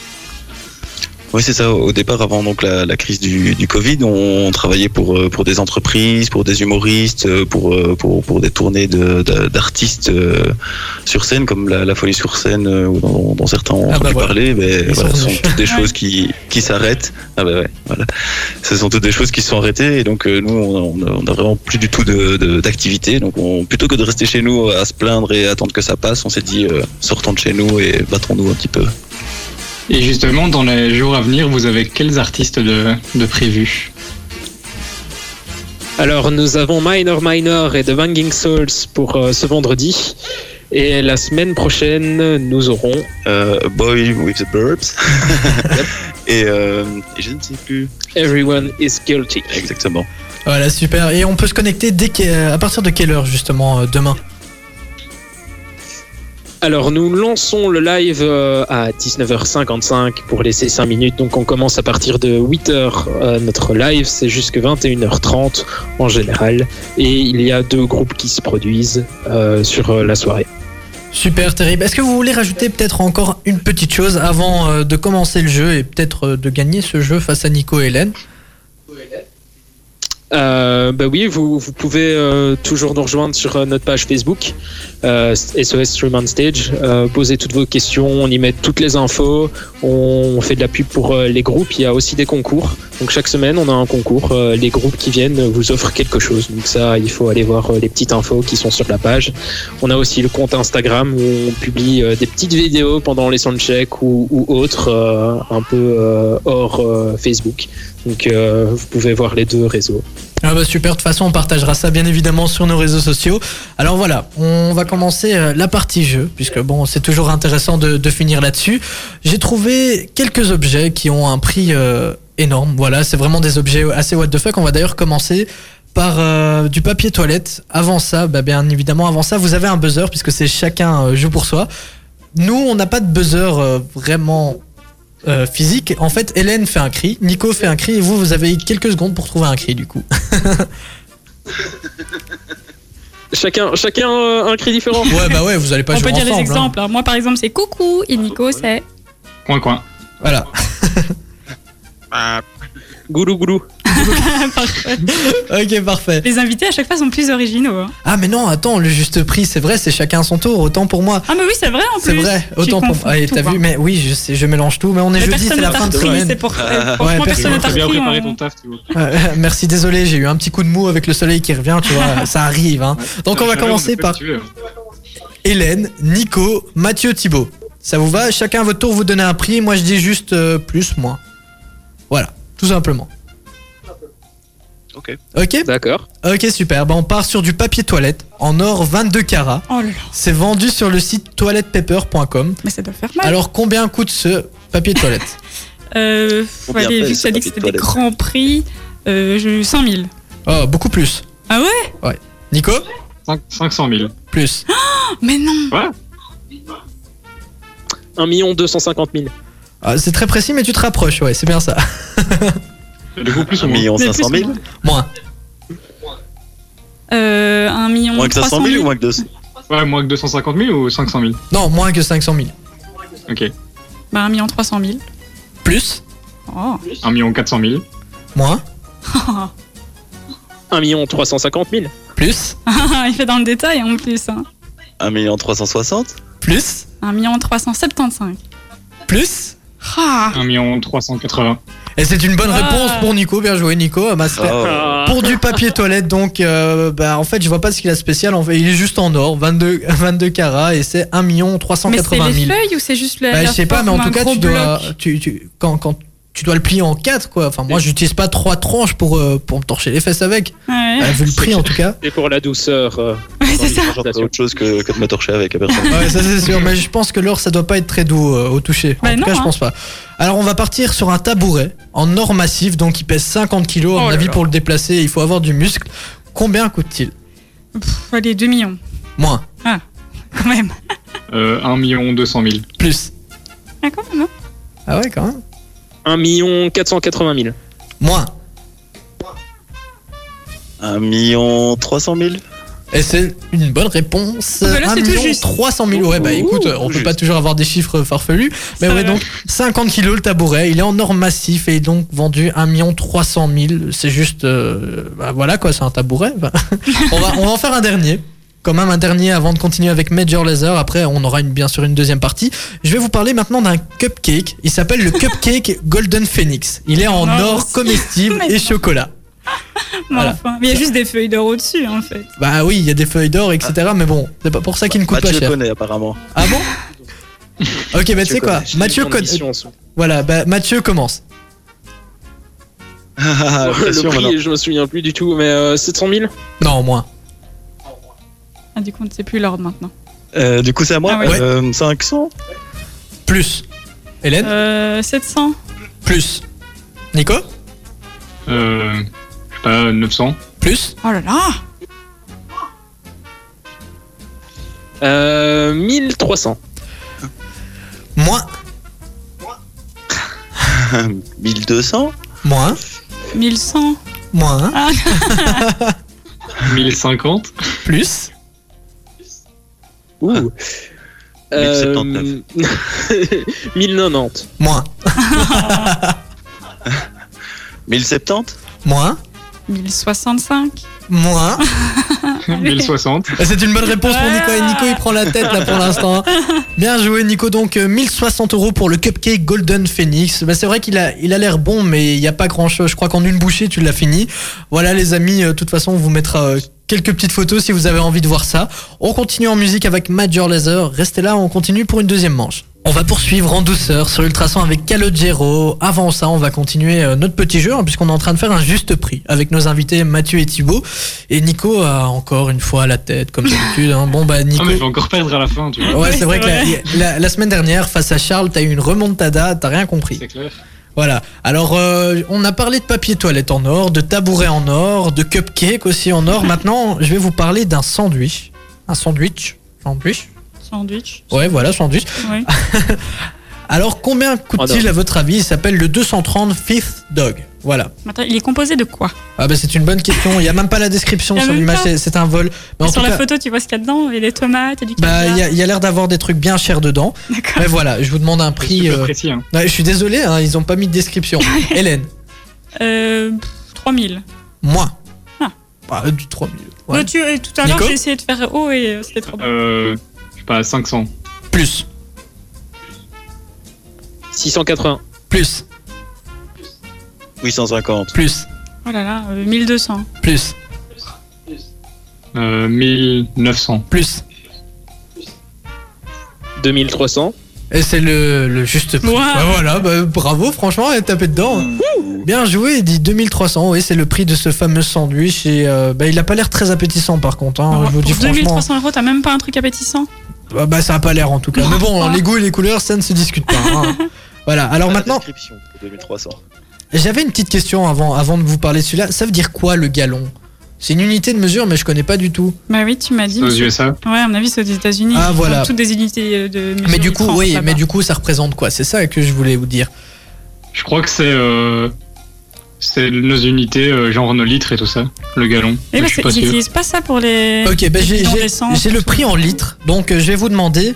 D: Oui, c'est ça. Au départ, avant donc la, la crise du, du Covid, on travaillait pour euh, pour des entreprises, pour des humoristes, euh, pour euh, pour, pour des tournées de- de- d'artistes euh, sur scène, comme la, la folie sur scène euh, ou dont, dont certains ont
A: Ah bah
D: entendu
A: voilà.
D: parler. Mais
A: Ils
D: voilà,
A: sont
D: ce sont
A: venus. (laughs)
D: toutes des choses qui qui s'arrêtent. Ah bah ouais, voilà. Ce sont toutes des choses qui se sont arrêtées. Et donc euh, nous, on, on a- on a vraiment plus du tout de de- d'activité. Donc on, plutôt que de rester chez nous à se plaindre et attendre que ça passe, on s'est dit euh, sortons de chez nous et battons-nous un petit peu.
C: Et justement, dans les jours à venir, vous avez quels artistes de, de prévus
E: Alors nous avons Minor Minor et The Banging Souls pour euh, ce vendredi. Et la semaine prochaine, nous aurons...
D: euh, A Boy with the Burbs.
C: (laughs)
D: et euh, je ne sais plus
E: Everyone is guilty.
D: exactement.
A: Voilà, super. Et on peut se connecter dès que- à partir de quelle heure justement euh, demain
E: Alors nous lançons le live euh, à 19h55 pour laisser 5 minutes. Donc on commence à partir de 8h euh, notre live. C'est jusque 21h30 en général. Et il y a deux groupes qui se produisent euh, sur euh, la soirée.
A: Super, terrible. Est-ce que vous voulez rajouter peut-être encore une petite chose avant euh, de commencer le jeu et peut-être euh, de gagner ce jeu face à Nico et Hélène
E: Euh, bah oui, vous, vous pouvez euh, toujours nous rejoindre sur euh, notre page Facebook, euh, SOS Stream on Stage. Euh, posez toutes vos questions, on y met toutes les infos, on fait de la pub pour euh, les groupes. Il y a aussi des concours. Donc chaque semaine, on a un concours. Euh, les groupes qui viennent vous offrent quelque chose. Donc ça, il faut aller voir euh, les petites infos qui sont sur la page. On a aussi le compte Instagram où on publie euh, des petites vidéos pendant les soundchecks ou, ou autres, euh, un peu euh, hors euh, Facebook. Donc euh, vous pouvez voir les deux réseaux.
A: Ah bah super, de toute façon on partagera ça bien évidemment sur nos réseaux sociaux. Alors voilà, on va commencer euh, la partie jeu, puisque bon c'est toujours intéressant de, de finir là-dessus. J'ai trouvé quelques objets qui ont un prix euh, énorme, voilà, c'est vraiment des objets assez what the fuck. On va d'ailleurs commencer par euh, du papier toilette. Avant ça, bah bien évidemment avant ça, vous avez un buzzer, puisque c'est chacun euh, joue pour soi. Nous on n'a pas de buzzer euh, vraiment... euh, physique, en fait, Hélène fait un cri, Nico fait un cri, et vous, vous avez quelques secondes pour trouver un cri du coup.
E: Chacun, chacun euh, un cri (laughs) différent.
A: Ouais, bah ouais, vous allez pas
B: On
A: jouer
B: peut dire les
A: ensemble, hein.
B: exemples. hein. Moi, par exemple, c'est coucou et Nico, c'est.
C: Coin coin.
A: Voilà.
E: goulou goulou.
A: Ok, parfait.
B: Les invités à chaque fois sont plus originaux. hein.
A: Ah, mais non, attends, le juste prix, c'est vrai, c'est chacun son tour, autant pour moi.
B: Ah, mais oui, c'est vrai en plus.
A: C'est vrai,
B: Tu
A: autant pour
B: confonds
A: moi. Allez,
B: tout,
A: t'as
B: hein.
A: vu, mais oui, je, sais, je mélange tout, mais on est
B: Mais
A: jeudi,
B: personne
A: c'est
B: ne
A: la
B: t'a
A: fin de
B: repris,
A: semaine.
B: c'est pour. euh,
A: Ouais,
B: franchement, personne ne
A: personne hein.
B: t'a
C: T'as bien
B: repris, hein.
C: préparé
B: on-
C: ton taf, Thibaut.
A: Euh, merci, désolé, j'ai eu un petit coup de mou avec le soleil qui revient, tu vois, ça arrive. Hein. Donc on va
C: Chaleur,
A: commencer
C: fait
A: par
C: que tu veux.
A: Hélène, Nico, Mathieu, Thibaut. Ça vous va Chacun à votre tour vous donnez un prix, moi je dis juste euh, plus, moins. Voilà, tout simplement.
D: Ok.
A: Ok
E: D'accord.
A: Ok, super. Bah, on part sur du papier toilette en or 22 carats.
B: Oh là là,
A: C'est vendu sur le site toilettepaper.com.
B: mais ça doit faire mal.
A: Alors combien coûte ce papier de toilette
B: Euh,
D: Combien
B: allez,
D: pèse
B: vu que
D: ce
B: t'as dit que
D: papier de
B: c'était des
D: toilette
B: grands prix, euh, je- 100 000.
A: Oh, beaucoup plus.
B: Ah ouais
A: Nico
C: Cinq- 500 000.
A: Plus.
B: Oh, Mais non
E: 1 250 000.
A: Ah, c'est très précis, mais tu te rapproches, ouais, c'est bien ça.
C: Du coup, plus ou
D: 1
C: moins.
D: million
B: Mais
D: 500
B: plus
D: 000
A: Moins.
B: euh, 1 million.
D: Moins que 500 000 ou moins que 200
C: Ouais, moins que 250 000 ou 500 000
A: Non, moins que 500 000.
C: Ok.
B: Bah, 1 million 300 000.
A: Plus
B: Oh. (laughs)
C: 1 million 400 000.
A: Moins
E: 1 million 350 000.
A: Plus
B: Il fait dans le détail en plus. Hein.
D: 1 360
A: Plus
B: 1 375.
A: Plus
B: Ah.
C: 1 million 380.
A: Et c'est une bonne
B: Ah.
A: réponse pour Nico. Bien joué, Nico. Euh, Master.
D: Oh.
E: (laughs) Ah.
A: Pour du papier toilette, donc, euh, bah, en fait, je vois pas ce qu'il a de spécial. En fait, il est juste en or, 22, 22 carats, et c'est 1
B: Mais
A: 380
B: c'est
A: 000.
B: les feuilles ou c'est juste la.
A: Bah,
B: la
A: je sais pas,
B: forme
A: mais en
B: d'un
A: tout cas,
B: gros
A: tu dois,
B: bloc
A: tu, tu- quand, quand tu dois le plier en 4 quoi. Enfin, moi, j'utilise pas trois tranches pour, euh, pour me torcher les fesses
B: (laughs)
A: avec.
B: Ouais.
A: Bah, vu le prix, en tout cas.
E: C'est pour la douceur. euh,
B: Ouais,
E: dans
B: c'est ça.
D: Genre, c'est
E: l'utilisation.
D: autre chose que, que de me torcher avec
A: (laughs)
D: la personne.
A: Ouais, ça c'est sûr. Mais je pense que l'or, ça doit pas être très doux euh, au toucher. En
B: Bah
A: tout
B: non,
A: cas, je
B: hein.
A: pense pas. Alors, on va partir sur un tabouret en or massif, donc il pèse 50 kilos. À
B: Oh
A: mon
B: là
A: avis,
B: là.
A: pour le déplacer, il faut avoir du muscle. Combien coûte-t-il
B: Pff, allez, 2 millions, Ah,
A: Moins,
B: quand même.
C: Euh, 1 million 200 000.
A: plus.
B: Ah, quand même, hein.
A: Ah ouais, quand même.
E: 1 million 480 000.
A: Moins.
D: 1 million 300 000
A: Et c'est une bonne réponse.
B: Ah bah là,
A: 1
B: c'est tout
A: million
B: juste.
A: 300 000. Ouais, bah
D: Ouh,
A: écoute, on
D: tout
A: peut
D: juste.
A: pas toujours avoir des chiffres farfelus. Mais
B: Ça
A: ouais,
B: va.
A: donc 50 kilos le tabouret. Il est en or massif et donc vendu 1 million 300 000. C'est juste. euh, bah voilà quoi, c'est un tabouret. Enfin, (laughs) on, va, on va en faire un dernier. Quand même un dernier avant de continuer avec Major Laser. Après, on aura une, bien sûr une deuxième partie. Je vais vous parler maintenant d'un cupcake. Il s'appelle le cupcake (laughs) Golden Phoenix. Il est en
B: Non,
A: or
B: si.
A: comestible
B: Mais
A: et
B: non.
A: chocolat.
B: Mais
A: Voilà.
B: enfin, mais il y a juste des feuilles d'or au-dessus, en fait.
A: Bah oui, il y a des feuilles d'or, etc. Mais bon, c'est pas pour ça qu'il ne coûte pas
D: Mathieu
A: cher.
D: connaît apparemment.
A: Ah bon Ok, bah tu sais quoi,
E: Je
A: Mathieu
E: l'ai mis en
A: con-
E: mission, ça.
A: Voilà, bah, Mathieu commence.
D: Ah,
E: (laughs) le
D: pression maintenant.
E: prix, je me souviens plus du tout, mais euh, 700 000
A: Non, moins.
B: Ah, du coup, on ne sait plus l'ordre maintenant.
D: Euh, du coup, c'est à moi
B: Ah ouais.
D: Euh, 500
A: Plus. Hélène
B: Euh, 700
A: Plus. Nico
C: Euh, je sais pas, 900.
A: Plus.
B: Oh là là
E: euh, 1300.
A: Moins.
D: 1200
A: Moins.
B: 1100
A: Moins.
B: Ah,
C: 1050.
A: Plus.
E: Ouh. Euh,
D: 1079.
E: (laughs) 1090.
A: Moins.
D: 1070
A: Moins.
B: 1065
A: Moins.
C: 1060.
A: C'est une bonne réponse pour Nico et Nico il prend la tête là pour l'instant. Bien joué Nico donc euh, 1060 euros pour le cupcake Golden Phoenix. Bah, c'est vrai qu'il a il a l'air bon mais il n'y a pas grand chose. Je crois qu'en une bouchée tu l'as fini. Voilà les amis, euh, de toute façon on vous mettra euh, quelques petites photos si vous avez envie de voir ça. On continue en musique avec Major Laser. Restez là, on continue pour une deuxième manche. On va poursuivre en douceur sur Ultrason avec Calogero. Avant ça, on va continuer euh, notre petit jeu hein, puisqu'on est en train de faire un juste prix avec nos invités Mathieu et Thibaut. Et Nico a encore une fois la tête comme d'habitude. hein. Bon bah Nico. Oh.
C: Ah, mais je vais encore perdre à la fin, tu vois.
A: Ouais,
B: Ouais,
A: c'est
B: c'est
A: vrai que la, la- la semaine dernière, face à Charles, t'as eu une remontada, t'as rien compris.
C: C'est clair.
A: Voilà. Alors, euh, on a parlé de papier toilette en or, de tabouret en or, de cupcake aussi en or. Maintenant, je vais vous parler d'un sandwich. Un sandwich Sandwich
B: Sandwich
A: Ouais, voilà, sandwich.
B: Ouais.
A: Ah. Alors, combien coûte-t-il à votre avis Il s'appelle le 230 Fifth Dog. Voilà.
B: Attends, il est composé de quoi
A: Ah, bah, c'est une bonne question. Il n'y a même pas la description
B: Il y a
A: sur
B: même
A: l'image,
B: pas.
A: c'est- c'est un vol. Mais en
B: Sur
A: tout
B: la
A: cas,
B: photo, tu vois ce qu'il y a dedans Il y a des tomates, il y a du
A: bah,
B: caviar.
A: il y a, il y a l'air d'avoir des trucs bien chers dedans.
B: D'accord.
A: Mais voilà, je vous demande un
C: C'est
A: prix.
C: super
A: euh,
C: précis. Hein.
A: Ouais, je suis désolé, hein, ils ont pas mis de
B: (laughs)
A: description. Hélène,
B: Euh, pff, 3000.
A: moi.
B: Ah.
A: Bah, euh, du 3000. Ouais.
B: Ouais, tu- euh, tout à l'heure,
A: Nico
B: j'ai essayé de faire haut et euh, c'était trop bas.
C: Euh, je sais pas, 500.
A: Plus,
E: 680.
A: plus,
D: 850
A: plus,
B: Oh là là, euh, 1200.
A: plus,
C: Euh, 1900.
A: plus.
E: 2300.
A: Et c'est le, le juste prix.
B: Wow.
A: Bah, voilà, bah, bravo, franchement, elle a tapé dedans.
D: Hum.
A: Bien joué, il dit 2300. Oui, c'est le prix de ce fameux sandwich. Et euh, bah, il a pas l'air très appétissant par contre. hein,
B: Pour-
A: je vous dis
B: pour
A: franchement.
B: 2300 euros, t'as même pas un truc appétissant
A: Ah, Bah, ça a pas l'air en tout cas. Mais bon, les goûts et les couleurs, ça ne se discute pas. (laughs) hein. Voilà, alors
D: La
A: maintenant,
D: description pour 2300.
A: J'avais une petite question avant, avant de vous parler de celui-là. Ça veut dire quoi le gallon C'est une unité de mesure, mais je connais pas du tout.
B: Bah oui, tu m'as dit.
C: Aux
B: mais-
C: USA.
B: Ouais, à mon avis, c'est aux États-Unis.
A: Ah,
B: Ils ont
A: voilà.
B: Toutes des unités euh, de mesure,
A: mais du
B: ils
A: coup,
B: tranchent
A: oui,
B: là-bas.
A: mais du coup, ça représente quoi C'est ça que je voulais vous dire.
C: Je crois que c'est euh, c'est nos unités, euh, genre nos litres et tout ça, le
B: Eh
C: gallon. Mais
A: bah,
B: ben,
C: je suis
B: c'est-
C: pas
B: ils
C: sûr.
B: n'utilisent pas ça pour les.
A: Ok, bah,
B: les
A: j'ai
B: bidons
A: j'ai-
B: d'essence.
A: j'ai le prix en litres, donc euh, je vais vous demander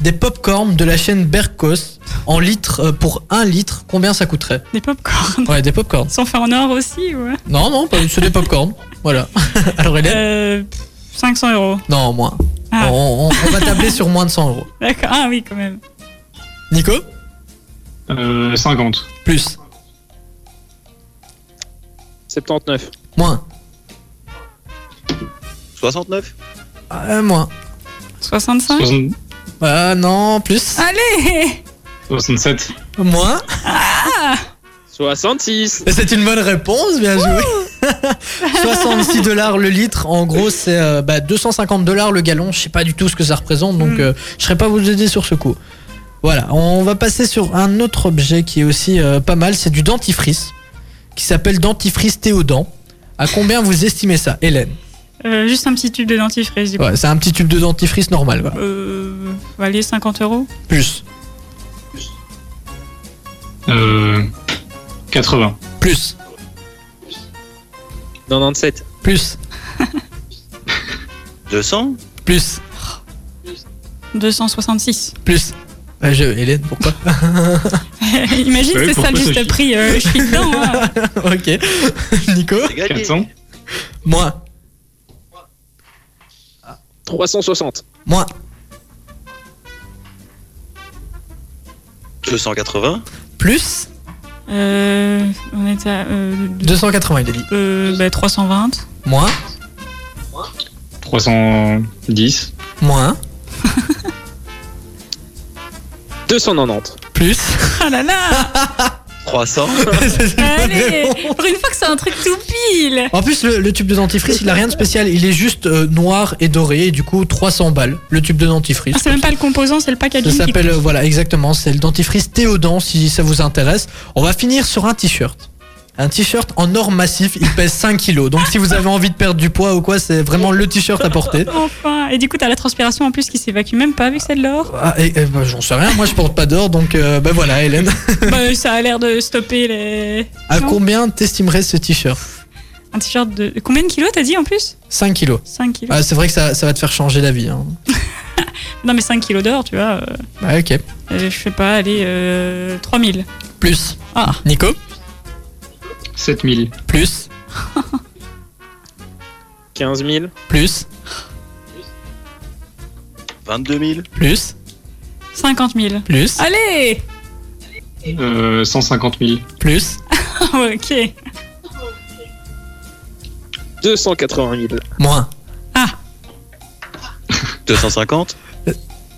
A: des popcorns de la chaîne Berkos en litres euh, pour 1 litre, combien ça coûterait
B: Des popcorns. (laughs)
A: Ouais, des popcorns.
B: Sans faire en or aussi, ouais.
A: Non, non, pas- c'est des popcorns. (laughs) Voilà. Alors, Hélène
B: Euh, 500 euros.
A: Non, moins.
B: Ah.
A: On, on- on va tabler sur moins de 100 euros.
B: D'accord. Ah oui, quand même.
A: Nico
C: Euh, 50.
A: Plus.
E: 79.
A: Moins.
D: 69
A: Euh, moins.
B: 65
C: 60
A: Ah non, plus.
B: Allez
C: 67.
A: Moins.
E: 66.
A: Et C'est une bonne réponse, bien joué. (laughs) 66 dollars le litre, en gros c'est euh, bah, 250 dollars le gallon, je sais pas du tout ce que ça représente, donc
B: Mm.
A: euh, je serais pas vous aider sur ce coup. Voilà, on va passer sur un autre objet qui est aussi euh, pas mal, c'est du dentifrice, qui s'appelle dentifrice Théodan. À combien vous estimez ça, Hélène
B: Euh, Juste un petit tube de dentifrice, du coup.
A: ouais, C'est un petit tube de dentifrice normal, voilà.
B: Euh, allez, 50 euros.
A: Plus,
C: Euh, 80.
A: plus,
E: 97.
A: plus,
D: 200
A: plus,
B: 266.
A: plus. Ouais, je- Hélène, pourquoi
B: (laughs)
A: (laughs)
B: Imagine,
C: Bah oui,
B: c'est ça
C: pourquoi
B: le
C: ça
B: juste
C: suffit
B: prix. euh, je suis dedans. hein.
A: Ok. (laughs) Nico
D: C'est gagné.
C: 400.
A: Moins,
E: 360.
A: moins,
D: 280
A: plus.
B: Euh, on est à euh,
A: 280, il a dit.
B: euh, bah, 320.
A: Moins,
C: 310.
A: moins,
E: 290.
A: plus.
B: Ah
A: (laughs)
B: là là
D: 300
A: C'est une bonne
B: Allez
A: réponse.
B: Pour une fois que c'est un truc tout pile
A: En plus, le, le tube de dentifrice, il a rien de spécial. Il est juste euh, noir et doré, et du coup, 300 balles. Le tube de dentifrice.
B: Ah, C'est même pas le composant, c'est le
A: ça
B: packaging. qui
A: s'appelle, euh, voilà, exactement, c'est le dentifrice Théodan, si ça vous intéresse. On va finir sur un t-shirt. Un t-shirt en or massif, il pèse 5 kilos. Donc si vous avez envie de perdre du poids ou quoi, c'est vraiment le t-shirt à porter.
B: Enfin, et du coup, t'as la transpiration en plus qui s'évacue même pas avec celle de
A: (laughs)
B: l'or.
A: Ah, et, et, bah, j'en sais rien, moi je porte pas d'or, donc euh, bah voilà, Hélène.
B: bah, ça a l'air de stopper les.
A: À
B: Non.
A: combien t'estimerais ce t-shirt
B: Un t-shirt de. Combien de kilos t'as dit en plus
A: 5 kilos.
B: 5 kilos.
A: Ah, c'est vrai que ça, ça va te faire changer d'avis. Hein.
B: Non, mais 5 kilos d'or, tu vois. euh,
A: Ouais, Bah, ok.
B: euh, je sais pas, allez, euh, 3000.
A: Plus.
B: Ah.
A: Nico
C: 7000.
A: Plus.
E: 15 000.
A: Plus.
D: 22 000
A: Plus.
B: 50 000.
A: Plus.
B: Allez (laughs)
C: Euh, 150 000.
A: Plus.
B: Ok.
E: 280 000.
A: Moins.
D: 250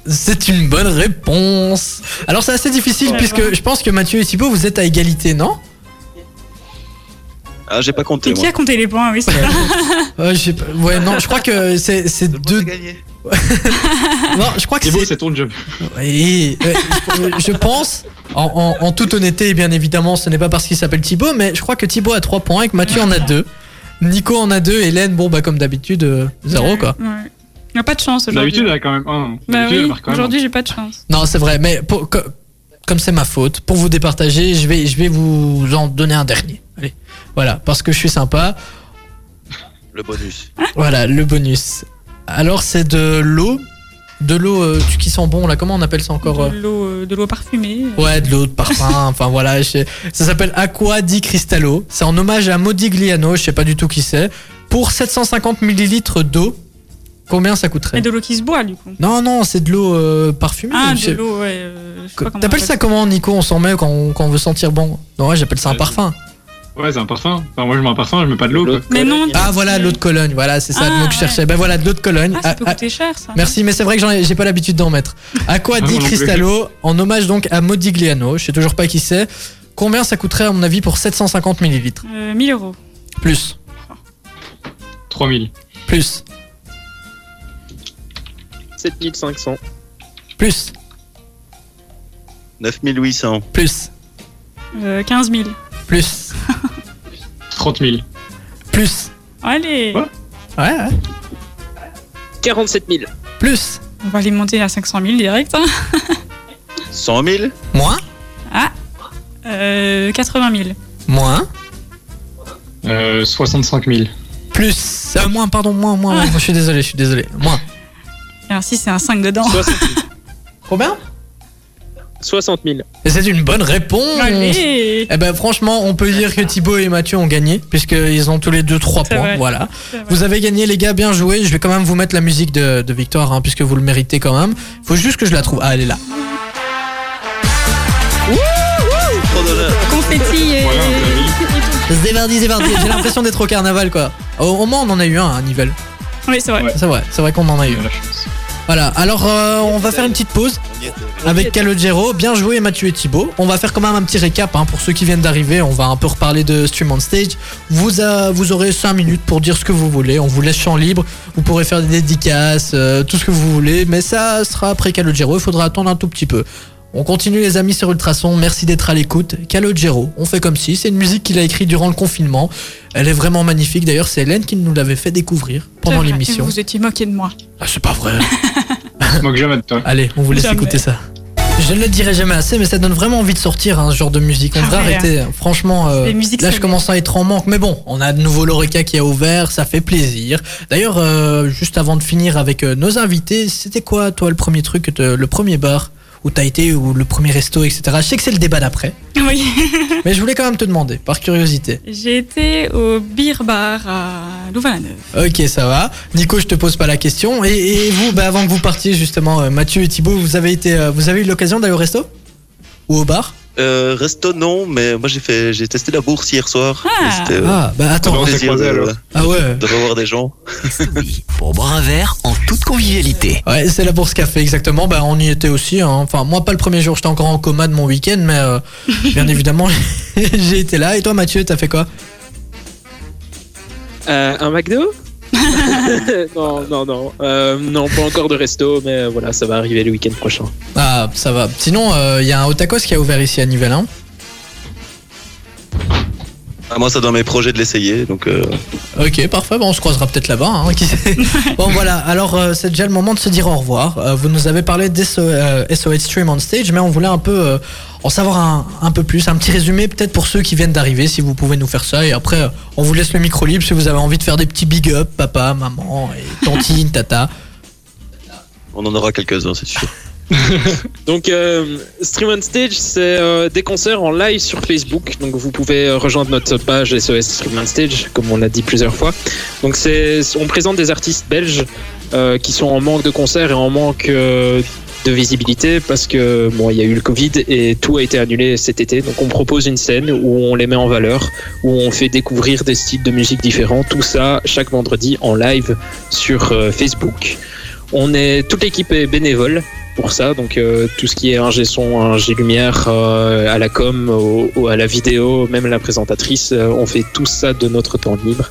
A: C'est une bonne réponse. Alors c'est assez difficile
B: Ouais,
A: puisque
B: bon.
A: je pense que Mathieu et Thibaut vous êtes à égalité, non
D: Ah, j'ai pas compté
B: Et qui
D: moi.
B: a compté les points Oui, c'est ça.
A: Euh, je sais pas. Ouais, non, je crois que c'est c'est
D: Tout le monde
A: deux.
D: a gagné.
A: Non, je crois que
C: Thibaut,
A: c'est.
C: c'est ton job.
A: Oui, ouais, je- je pense, en, en- en toute honnêteté, bien évidemment, ce n'est pas parce qu'il s'appelle Thibaut, mais je crois que Thibaut a 3 points et que Mathieu en a 2. Nico en a 2, Hélène, bon, bah comme d'habitude, 0 quoi.
B: Ouais. Il y a pas de chance aujourd'hui.
C: D'habitude, elle a quand même un.
B: Bah
C: D'habitude, elle
B: oui,
C: marque quand même hein. un.
B: aujourd'hui j'ai pas de chance.
A: Non, c'est vrai, mais pour- co- comme c'est ma faute, pour vous départager, je vais, je vais vous en donner un dernier. Allez, voilà, parce que je suis sympa.
D: Le bonus.
A: Voilà, le bonus. Alors, c'est de l'eau. De l'eau euh, tu- qui sent bon, là, comment on appelle ça encore euh
B: De l'eau, euh, de l'eau parfumée.
A: Ouais, de l'eau de parfum, (laughs) enfin voilà. je sais- Ça s'appelle Aqua di Cristallo. C'est en hommage à Modigliano, je sais pas du tout qui c'est. Pour 750 millilitres d'eau, combien ça coûterait
B: Et de l'eau qui se boit du coup.
A: Non, non, c'est de l'eau euh, parfumée.
B: Ah,
A: je
B: de
A: sais-
B: l'eau, ouais. euh, je sais pas comment on
A: T'appelles
B: appelle
A: ça comment, Nico On s'en met quand on, quand on veut sentir bon Non, ouais, j'appelle ça un
C: Euh,
A: parfum.
C: Ouais, c'est un parfum. Enfin, moi, je mets un parfum, je mets pas de l'eau. quoi.
B: Mais non,
A: Ah, voilà, l'eau de Cologne. Voilà, c'est ça le
B: Ah,
A: mot que je
B: ouais.
A: cherchais. Ben voilà, de l'eau de Cologne.
B: Ah, ça
A: Ah,
B: peut
A: ah,
B: coûter cher ça.
A: Merci, mais c'est vrai que j'en ai- j'ai pas l'habitude d'en mettre. Aqua
C: Ah, moi
A: di
C: non plus.
A: Cristallo, en hommage donc à Modigliano, je sais toujours pas qui c'est. Combien ça coûterait à mon avis pour 750 millilitres
B: Euh, 1000 euros.
A: Plus,
C: 3000.
A: plus,
E: 7500.
A: plus,
D: 9800.
A: plus,
B: Euh, 15 000.
A: plus,
C: 30 000.
A: plus,
B: Allez,
C: Ouais.
A: ouais, ouais,
E: 47 000.
A: plus,
B: on va les monter à 500 000 direct. hein.
D: 100 000
A: moins,
B: Euh, 80 000.
A: moins,
C: Euh, 65 000.
A: plus, euh, moins,
B: Ah.
A: pardon, moins, moins, moins. je suis désolé, je suis désolé, moins.
B: Oh. Et ainsi, c'est un 5 dedans.
A: Oh, Combien
E: 60 000.
A: Et C'est une bonne réponse.
B: (laughs) Allez
A: Eh ben franchement, on peut dire que Thibaut et Mathieu ont gagné puisqu'ils ont tous les deux 3
B: C'est
A: points.
B: vrai.
A: Voilà.
B: C'est vrai.
A: Vous avez gagné les gars, bien joué. Je vais quand même vous mettre la musique de, de victoire hein, puisque vous le méritez quand même. Faut juste que je la trouve. Ah, elle est là.
D: Oh
B: Confetti euh. et.
C: Voilà,
A: C'est parti, c'est parti. J'ai l'impression d'être au carnaval quoi. Au, au moins on en a eu un à Nivelles.
B: Oui, c'est vrai.
C: Ouais.
A: C'est vrai, c'est vrai qu'on en a eu.
C: Il a euh,
B: (laughs)
C: la chance.
A: Voilà. Alors euh, on va faire une petite pause. Avec Calogero, bien joué Mathieu et Thibaut. On va faire quand même un petit récap hein, pour ceux qui viennent d'arriver. On va un peu reparler de Stream on Stage. Vous, euh, vous aurez 5 minutes pour dire ce que vous voulez. On vous laisse champ libre. Vous pourrez faire des dédicaces, euh, tout ce que vous voulez. Mais ça sera après Calogero. Il faudra attendre un tout petit peu. On continue les amis sur Ultrason. Merci d'être à l'écoute. Calogero, on fait comme si. C'est une musique qu'il a écrite durant le confinement. Elle est vraiment magnifique. D'ailleurs, c'est Hélène qui nous l'avait fait découvrir pendant
B: C'est vrai.
A: l'émission.
B: Vous vous étiez moqué de moi. (laughs)
A: Ah, c'est pas vrai.
C: Je moque jamais de toi.
A: Allez, on vous laisse
B: Jamais.
A: écouter ça. Je ne le dirai jamais assez, mais ça donne vraiment envie de sortir hein, ce genre de musique. On
B: Ah
A: devrait
B: ouais.
A: arrêter. hein. Franchement, euh,
B: Les musiques,
A: là
B: ça
A: je commence à être en manque. Mais bon, on a de nouveau l'Oreca qui a ouvert, ça fait plaisir. D'ailleurs, euh, juste avant de finir avec euh, nos invités, c'était quoi toi le premier truc, que te- le premier bar où t'as été, ou le premier resto, etc. Je sais que c'est le débat
B: (laughs)
A: d'après,
B: Oui.
A: mais je voulais quand même te demander, par curiosité.
B: J'ai été au beer bar à Louvain-la-Neuve.
A: Ok, ça va. Nico, je te pose pas la question. Et, et vous, bah, avant que vous partiez justement, euh, Mathieu et Thibaut, vous avez été, euh, vous avez eu l'occasion d'aller au resto ou au bar
D: Euh, resto non, mais moi j'ai fait, j'ai testé la bourse hier soir.
B: Ah.
D: Et C'était euh,
A: Ah, bah attends.
C: Ah, on s'est
D: plaisir
C: croisés,
D: de,
C: alors.
A: Ah ouais.
D: de revoir des gens.
G: Stoubi, pour boire un verre en toute convivialité.
A: Ouais, c'est la bourse café, exactement. Bah, on y était aussi. hein. Enfin, moi, pas le premier jour, j'étais encore en coma de mon week-end, mais euh, bien évidemment, (laughs) j'ai été là. Et toi, Mathieu, t'as fait quoi
E: Euh, un McDo Non, non, non. Euh, non, pas encore de resto, mais euh, voilà, ça va arriver le week-end prochain.
A: Ah, ça va. Sinon, il y a un Otakos qui a ouvert ici à Nivelles. hein.
D: Ah, moi, ça dans mes projets de l'essayer, donc euh,
A: Ok, parfait. Bon, on se croisera peut-être là-bas. hein, qui (laughs) sait. bon, voilà. Alors, euh, c'est déjà le moment de se dire au revoir. Euh, vous nous avez parlé des euh, SOS Stream on Stage, mais on voulait un peu euh, en savoir un, un peu plus. Un petit résumé, peut-être pour ceux qui viennent d'arriver, si vous pouvez nous faire ça. Et après, euh, on vous laisse le micro libre si vous avez envie de faire des petits big up, papa, maman, et tantine, (laughs) tata.
D: on en aura quelques-uns, c'est sûr.
E: Donc, euh, Stream on Stage, c'est euh, des concerts en live sur Facebook. Donc, vous pouvez euh, rejoindre notre page SOS Stream on Stage, comme on l'a dit plusieurs fois. Donc, c'est, on présente des artistes belges euh, qui sont en manque de concerts et en manque euh, de visibilité parce que bon, il y a eu le Covid et tout a été annulé cet été. Donc, on propose une scène où on les met en valeur, où on fait découvrir des styles de musique différents. Tout ça chaque vendredi en live sur euh, Facebook. On est toute l'équipe est bénévole pour ça. Donc euh, tout ce qui est ingé son, ingé lumière, euh, à la com, au- au- à la vidéo, même la présentatrice, euh, on fait tout ça de notre temps libre.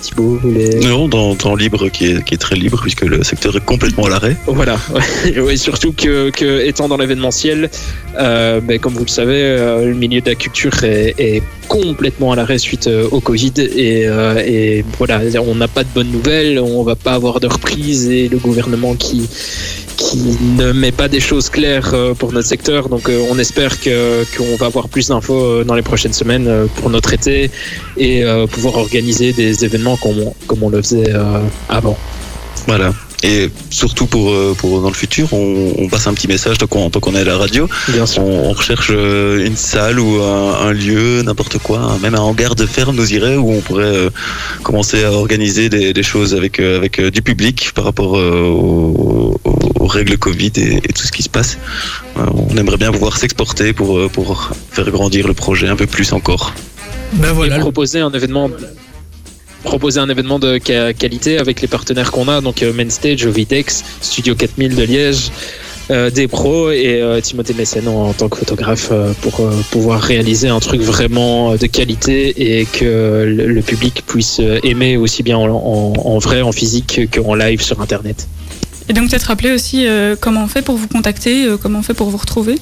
E: Thibaut voulait...
D: Non, dans, dans libre qui est, qui est très libre puisque le secteur est complètement à l'arrêt.
E: Voilà, (laughs) oui, surtout que, que étant dans l'événementiel, euh, ben, comme vous le savez, euh, le milieu de la culture est, est complètement à l'arrêt suite euh, au Covid et, euh, et voilà, on n'a pas de bonnes nouvelles, on va pas avoir de reprise et le gouvernement qui qui ne met pas des choses claires euh, pour notre secteur, donc euh, on espère que qu'on va avoir plus d'infos euh, dans les prochaines semaines euh, pour notre été et euh, pouvoir organiser des événements comme on, comme on le faisait euh, avant.
D: Voilà. Et surtout pour, euh, pour dans le futur, on, on passe un petit message tant qu'on tant qu'on est à la radio.
E: Bien sûr.
D: On, on recherche euh, une salle ou un, un lieu, n'importe quoi, hein, même un hangar de ferme nous irait où on pourrait euh, commencer à organiser des, des choses avec, euh, avec euh, du public par rapport euh, aux, aux- aux règles Covid et, et tout ce qui se passe. Euh, on aimerait bien pouvoir s'exporter pour, euh, pour faire grandir le projet un peu plus encore.
A: Ben voilà.
E: et
A: le-
E: proposer un événement proposer un événement de qua- qualité avec les partenaires qu'on a donc euh, Mainstage, Ovidex, Studio 4000 de Liège, euh, des pros et euh, Timothée Messen en, en tant que photographe euh, pour euh, pouvoir réaliser un truc vraiment euh, de qualité et que le, le public puisse euh, aimer aussi bien en, en- en vrai, en physique qu'en live sur internet.
B: Et donc peut-être rappeler aussi euh, comment on fait pour vous contacter, euh, comment on fait pour vous retrouver.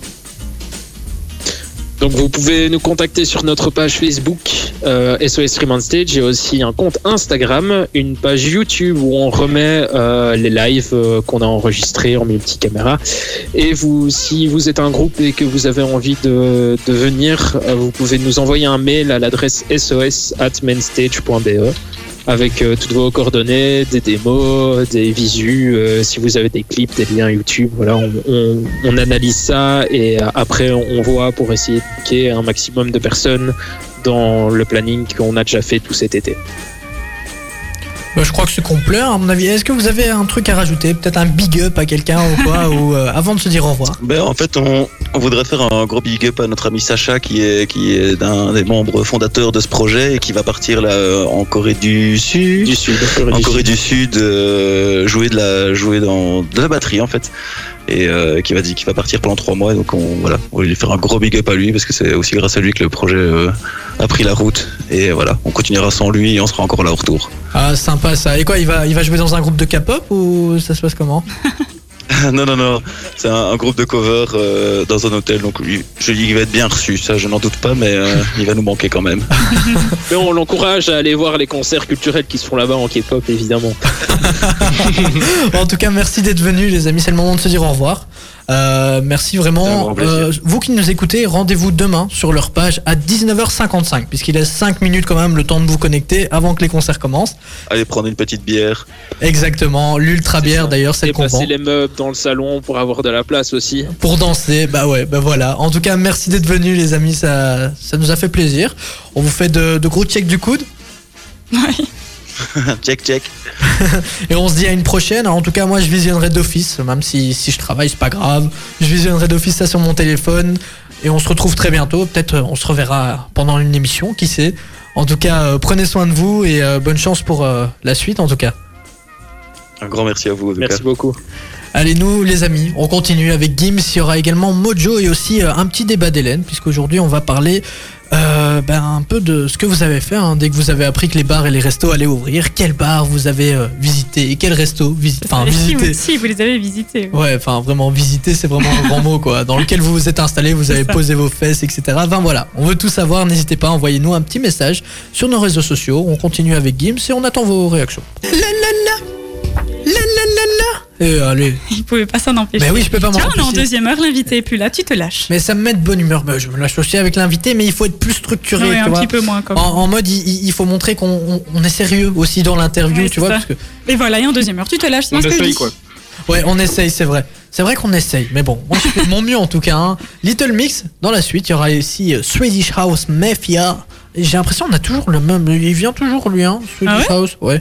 E: Donc vous pouvez nous contacter sur notre page Facebook euh, SOS Stream on Stage. Il y a aussi un compte Instagram, une page YouTube où on remet euh, les lives euh, qu'on a enregistrés en multicaméra. Et vous, si vous êtes un groupe et que vous avez envie de, de venir, euh, vous pouvez nous envoyer un mail à l'adresse sos at mainstage.be. avec euh, toutes vos coordonnées, des démos, des visus, euh, si vous avez des clips, des liens YouTube. Voilà, on, on- on analyse ça et euh, après on, on voit pour essayer de piquer un maximum de personnes dans le planning qu'on a déjà fait tout cet été.
A: Bah, je crois que c'est complet, à mon avis. Est-ce que vous avez un truc à rajouter Peut-être un big up à quelqu'un ou (laughs) quoi ou, euh, Avant de se dire au revoir.
D: Ben, en fait, on, on voudrait faire un gros big up à notre ami Sacha, qui est, qui est un des membres fondateurs de ce projet et qui va partir là, euh, en Corée du Sud.
E: Du Sud,
D: en Corée du Sud, euh, jouer de la jouer dans de la batterie en fait, et euh, qui va dire qu'il va partir pendant trois mois. Donc on voilà, on va lui faire un gros big up à lui parce que c'est aussi grâce à lui que le projet euh, a pris la route. Et voilà, on continuera sans lui et on sera encore là au retour. (laughs)
A: Ah, sympa ça. Et quoi, il va, il va jouer dans un groupe de K-pop ou ça se passe comment
D: non non non, c'est un, un groupe de cover euh, dans un hôtel. Donc lui, je dis qu'il va être bien reçu, ça je n'en doute pas, mais euh, il va nous manquer quand même. (laughs)
E: Mais on l'encourage à aller voir les concerts culturels qui se font là-bas en K-pop, évidemment.
A: En tout cas, merci d'être venus, les amis. C'est le moment de se dire au revoir. Euh, merci
D: C'est un
A: vraiment.
D: grand plaisir.
A: Euh, vous qui nous écoutez, rendez-vous demain sur leur page à 19h55, puisqu'il est 5 minutes quand même le temps de vous connecter avant que les concerts commencent.
D: Allez prendre une petite bière. (laughs)
A: Exactement, l'ultra bière
E: ça.
A: d'ailleurs, celle qu'on vend.
E: Dépasser les meubles dans le salon pour avoir de la place aussi.
A: Pour danser, bah ouais, bah voilà. En tout cas, merci d'être venus, les amis. Ça, ça nous a fait plaisir. On vous fait de, de gros checks du coude.
D: check check.
A: Et on se dit à une prochaine. En tout cas, moi, je visionnerai d'office, même si, si je travaille, c'est pas grave. Je visionnerai d'office ça sur mon téléphone. Et on se retrouve très bientôt. Peut-être euh, on se reverra pendant une émission, qui sait. En tout cas, euh, prenez soin de vous et euh, bonne chance pour euh, la suite, en tout cas.
D: Un grand merci à vous. en tout cas.
E: Merci beaucoup.
A: Allez, nous, les amis, on continue avec Gims. Il y aura également Mojo et aussi euh, un petit débat d'Hélène, puisqu'aujourd'hui, on va parler euh, ben, un peu de ce que vous avez fait hein, dès que vous avez appris que les bars et les restos allaient ouvrir. Quel bar vous avez euh, visité et quel resto visi- enfin,
B: (laughs) si, vous,
A: visité
B: si, vous les avez visités. oui.
A: Ouais, enfin vraiment visiter, c'est vraiment un grand mot quoi. Dans lequel vous vous êtes installé, vous avez
B: ça.
A: posé vos fesses, etc. Enfin voilà, on veut tout savoir. N'hésitez pas, envoyez-nous un petit message sur nos réseaux sociaux. On continue avec Gims et on attend vos réactions. La la la, la la la la. Et Eh, allez.
B: (laughs) Ils pouvaient pas s'en empêcher.
A: Mais oui, je peux pas m'en
B: Tiens, on est en
A: empêcher.
B: deuxième heure, l'invité est plus là, tu te lâches.
A: Mais ça me met de bonne humeur. Bah, je me lâche aussi avec l'invité, mais il faut être plus structuré.
B: Ouais,
A: tu
B: un
A: vois.
B: petit peu moins quand
A: En,
B: même.
A: en mode, il- il, il faut montrer qu'on on- on est sérieux aussi dans l'interview,
B: Ouais,
A: tu
B: c'est
A: vois,
B: ça.
A: parce que
B: Mais voilà, et en deuxième heure, tu te lâches. c'est
C: On
B: ce que je
C: essaye
B: dis.
C: quoi.
A: Ouais, on essaye, c'est vrai. C'est vrai qu'on essaye, mais bon, moi je fais de mon mieux en tout cas. hein. Little Mix, dans la suite, il y aura aussi euh, Swedish House Mafia. Et J'ai l'impression qu'on a toujours le même. Il vient toujours lui, hein, Swedish
B: Ah
A: House. Ouais.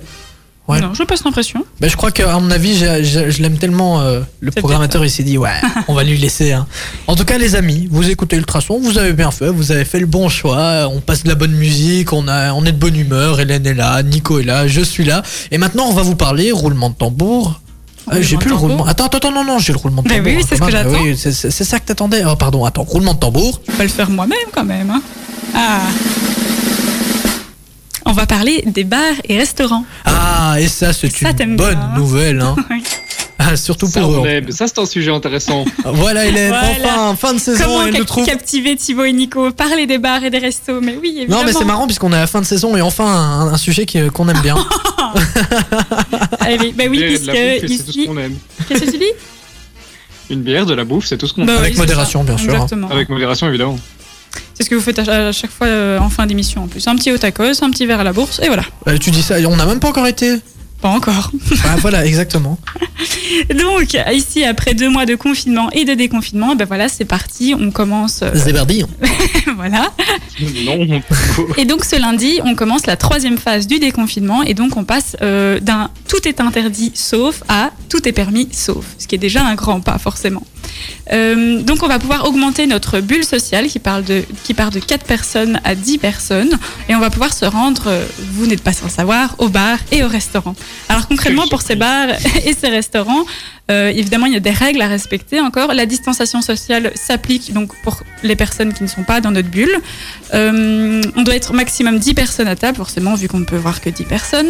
A: Ouais.
B: Non, je passe l'impression.
A: Bah, je crois qu'à mon avis, j'ai- j'ai- je l'aime tellement. euh, le
B: C'est
A: programmateur, il s'est dit, ouais, on va lui laisser. hein. En tout cas, les amis, vous écoutez Ultrason, vous avez bien fait, vous avez fait le bon choix. On passe de la bonne musique, on, a, on est de bonne humeur. Hélène est là, Nico est là, je suis là. Et maintenant, on va vous parler roulement de tambour. Euh, j'ai plus
B: Roulement de
A: le
B: tambour.
A: roulement. Attends, attends, attends, non, non, j'ai le roulement de
B: Mais
A: tambour.
B: oui,
A: hein,
B: c'est ce
A: quand
B: que
A: même. Ah
B: j'attends.
A: oui, c'est- c'est c'est ça que t'attendais. Oh, pardon, attends, roulement de tambour.
B: Je vais le faire moi-même quand même. hein. Ah. On va parler des bars et restaurants.
A: Ah, et ça, c'est
B: Ça,
A: une
B: t'aimes
A: bonne
B: bien, hein.
A: nouvelle. hein.
B: (laughs) Oui.
A: Ah, surtout
C: Ça,
A: pour eux.
C: on aime. Ça, c'est un sujet intéressant.
A: Voilà, Hélène,
B: Voilà.
A: enfin, fin de saison,
B: Comment
A: elle nous
B: cap-
A: trouve.
B: captiver Thibaut et Nico Parler des bars et des restos, mais oui, évidemment.
A: Non mais c'est marrant puisqu'on est à la fin de saison et enfin un, un sujet qui- qu'on aime
C: (laughs)
A: bien.
B: Allez, bah (laughs) oui,
C: Une bière et de la bouffe,
B: puisque
C: c'est tout ce
B: ici.
C: qu'on aime.
B: Qu'est-ce que tu dis
C: Une bière, de la bouffe, c'est tout ce qu'on
B: Bah
C: aime.
B: oui,
A: Avec
B: c'est
A: modération,
B: ça.
A: bien sûr, hein.
B: Exactement.
C: Avec modération,
B: (laughs)
C: évidemment.
B: C'est ce que vous faites à, à chaque fois euh, en fin d'émission en plus. Un petit au tacos, un petit verre à la bourse, et voilà.
A: Euh, tu dis ça, on n'a même pas encore
C: (laughs)
A: été.
B: Pas encore.
A: Ah, voilà, exactement.
B: Donc, ici, après deux mois de confinement et de déconfinement, ben voilà, c'est parti. On commence. euh, (laughs)
A: Zébardi.
B: voilà.
C: Non,
B: Et donc ce lundi, on commence la troisième phase du déconfinement et donc on passe euh, d'un tout est interdit sauf à tout est permis sauf, ce qui est déjà un grand pas forcément. Euh, donc on va pouvoir augmenter notre bulle sociale qui, parle de, qui part de 4 personnes à 10 personnes et on va pouvoir se rendre, euh, vous n'êtes pas sans le savoir, au bar et au restaurant. Alors concrètement pour ces bars (laughs) et ces restaurants, euh, évidemment il y a des règles à respecter encore. La distanciation sociale s'applique donc pour les personnes qui ne sont pas dans notre bulle. Euh, on doit être maximum 10 personnes à table, forcément, vu qu'on ne peut voir que 10 personnes.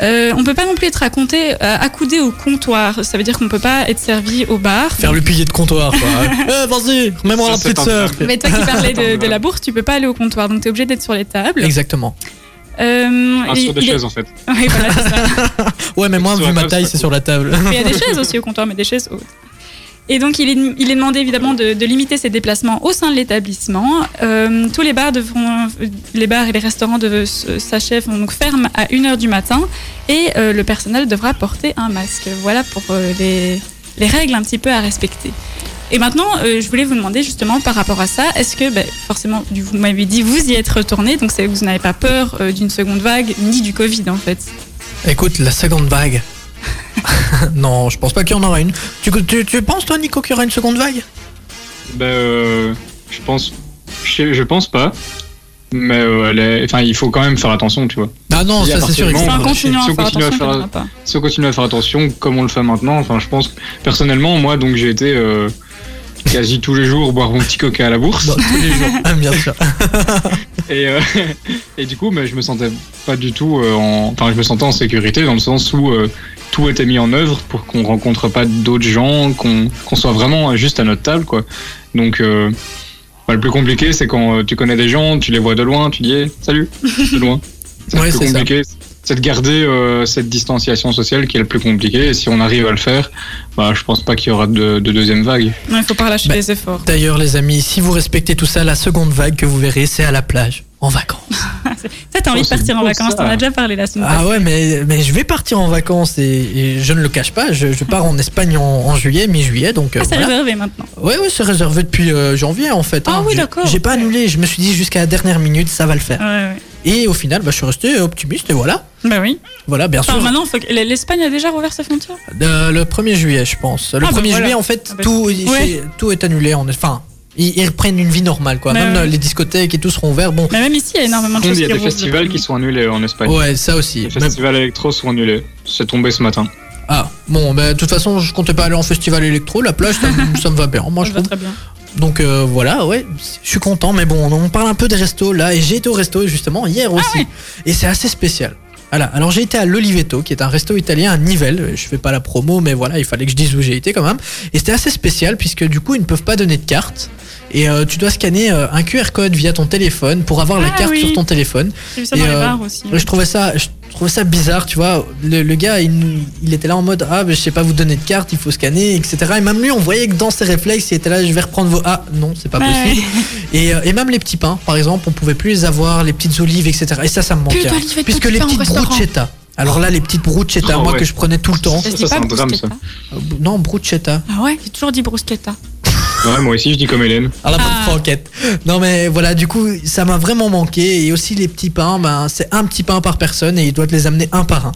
B: Euh, on peut pas non plus être accompté- euh, accoudé au comptoir. Ça veut dire qu'on peut pas être servi au bar.
A: Faire le pilier de comptoir,
C: (laughs)
A: quoi. Eh, vas-y, mets-moi
C: Ça,
A: la
C: c'est
A: petite
C: un
A: sœur.
B: Mais toi qui parlais de, de la bourse, tu peux pas aller au comptoir, donc tu es obligé d'être sur les tables.
A: Exactement.
B: Euh,
C: un
B: il-
C: sur des
B: il est- (laughs)
C: chaises, en fait.
B: Oui, voilà, c'est ça.
A: Ouais, mais moi,
C: Sur
A: vu
C: la
A: ma
C: table,
A: taille,
C: c'est (laughs)
A: c'est sur la table.
B: Mais il y a des chaises aussi au comptoir, mais des chaises hautes. Et donc, il est, il est demandé évidemment de, de limiter ses déplacements au sein de l'établissement. Euh, tous les bars, devront, les bars et les restaurants de euh, s'achèvent donc ferment à 1h du matin et euh, le personnel devra porter un masque. Voilà pour euh, les, les règles un petit peu à respecter. Et maintenant, euh, je voulais vous demander justement par rapport à ça, est-ce que ben, forcément, vous m'avez dit, vous y êtes retourné, donc c'est- vous n'avez pas peur euh, d'une seconde vague ni du Covid en fait
C: Oh,
A: Écoute, la seconde
C: (laughs)
A: vague. non, je pense pas qu'il y en aura une. Tu, tu- tu penses, toi, Nico, qu'il y aura une seconde vague
C: Ben, euh, je pense, je, je pense pas. Mais euh, elle est- enfin, il faut quand même faire attention, tu vois.
A: Ah non,
C: Il y a
A: ça c'est sûr.
C: forcément-
A: ils
B: Enfin,
A: vont lâcher.
B: continuons à
C: bah, si on
B: faire
C: continue à
B: attention, qu'il n'y en
C: faire-
B: aura pas.
C: Si on continue à faire attention comme on le fait maintenant, enfin, je pense que personnellement, moi, donc j'ai été euh, quasi tous les jours boire mon petit coca à la bourse.
A: Bon, tous les jours. Ah, bien sûr.
C: Et, euh, (laughs) et du coup, mais je me sentais pas du tout euh, en. Enfin, je me sentais en sécurité dans le sens où euh, tout était mis en œuvre pour qu'on rencontre pas d'autres gens, qu'on qu'on soit vraiment euh, juste à notre table, quoi. Donc, euh, bah, le plus compliqué, c'est quand euh, tu connais des gens, tu les vois de loin, tu dis hey, salut,
A: (laughs)
C: de loin. C'est
A: Ouais,
C: le plus
A: c'est ça.
C: compliqué. C'est de garder euh, cette distanciation sociale qui est le plus compliqué. Et si on arrive à le faire, bah, je pense pas qu'il y aura de, de deuxième vague.
B: Non, il ne faut pas relâcher
A: Ben,
B: les efforts.
A: D'ailleurs, les amis, si vous respectez tout ça, la seconde vague que vous verrez, c'est à la plage, en vacances.
B: Ça, t'as
A: Oh,
B: envie de
C: c'est
B: partir en
C: beau,
B: vacances,
C: ça.
B: t'en as déjà parlé la semaine
A: Ah ouais, mais, mais je vais partir en vacances et, et je ne le cache pas, je, je pars en Espagne en, en juillet, mi-juillet, donc euh,
B: Ah, c'est
A: voilà.
B: réservé maintenant.
A: Ouais, ouais, c'est réservé depuis euh, janvier en fait.
B: Ah oui,
A: J'ai-
B: d'accord.
A: J'ai pas annulé, je me suis dit jusqu'à la dernière minute, ça va le faire.
B: Ouais, ouais.
A: Et au final, bah, je suis resté optimiste et voilà.
B: Bah oui.
A: Voilà, bien
B: Enfin,
A: sûr.
B: maintenant, faut que- l'Espagne a déjà rouvert sa frontière
A: Euh, le 1er juillet, je pense. Le
B: Ah,
A: 1er
B: bah, voilà.
A: juillet, en fait,
B: Ah, bah,
A: tout,
B: Ouais.
A: c'est- tout est annulé. En, enfin, ils, ils reprennent une vie normale, quoi.
B: Bah,
A: Même
B: ouais.
A: euh, les discothèques et tout seront ouverts. Bon,
B: Mais même ici, il y a énormément de
C: Il
B: choses
C: y a
B: qui
C: des
B: rouvrent.
C: festivals qui sont annulés en Espagne.
A: ouais, ça aussi.
C: Les festivals électro sont annulés. C'est tombé ce matin.
A: Ah, bon, bah, de toute façon, je comptais pas aller en festival électro. La plage, ça, me- ça me va bien.
B: (laughs)
A: Moi, Ah, je
B: Ça va
A: trouve.
B: très bien.
A: Donc euh, voilà, ouais, je suis content, mais bon, on parle un peu des restos là, et j'ai été au resto justement
B: Ah
A: hier aussi, et c'est assez spécial. Voilà, alors j'ai été à l'Oliveto, qui est un resto italien à Nivelles, je fais pas la promo, mais voilà, il fallait que je dise où j'ai été quand même, et c'était assez spécial puisque du coup ils ne peuvent pas donner de carte, et euh, tu dois scanner euh, un QR code via ton téléphone pour avoir la
B: Ah
A: carte
B: oui.
A: sur ton téléphone.
B: J'ai vu ça
A: Et,
B: dans les
A: euh,
B: bars aussi. hein.
A: Je trouvais ça, je trouvais ça bizarre, tu vois. Le, le gars, il, nous- il était là en mode ah, ben, je sais pas vous donner de carte, il faut scanner, etc. Et même lui, on voyait que dans ses réflexes, il était là, je vais reprendre vos ah, non, c'est pas
B: Ouais,
A: possible. Et, euh, et même les petits pains, par exemple, on pouvait plus les avoir, les petites olives, etc. Et ça, ça me
B: Plus
A: manquait. hein.
B: d'olives et de
A: Puisque
B: petits
A: les
B: pains au
A: petites
B: restaurant.
A: bruschetta. Alors là, les petites bruschetta,
C: Oh,
A: moi
C: ouais.
A: que je prenais tout le temps.
B: Je
C: Ça,
B: dis
C: c'est
B: pas
C: un drame, ça.
B: bruschetta.
A: Euh, non, bruschetta.
B: Ah ouais, j'ai toujours dit bruschetta.
C: Ouais, moi aussi, je dis comme Hélène.
A: À la bonne
B: Ah.
A: franquette. Non mais voilà, du coup, ça m'a vraiment manqué. Et aussi les petits pains, ben, c'est un petit pain par personne et il doit te les amener un par un.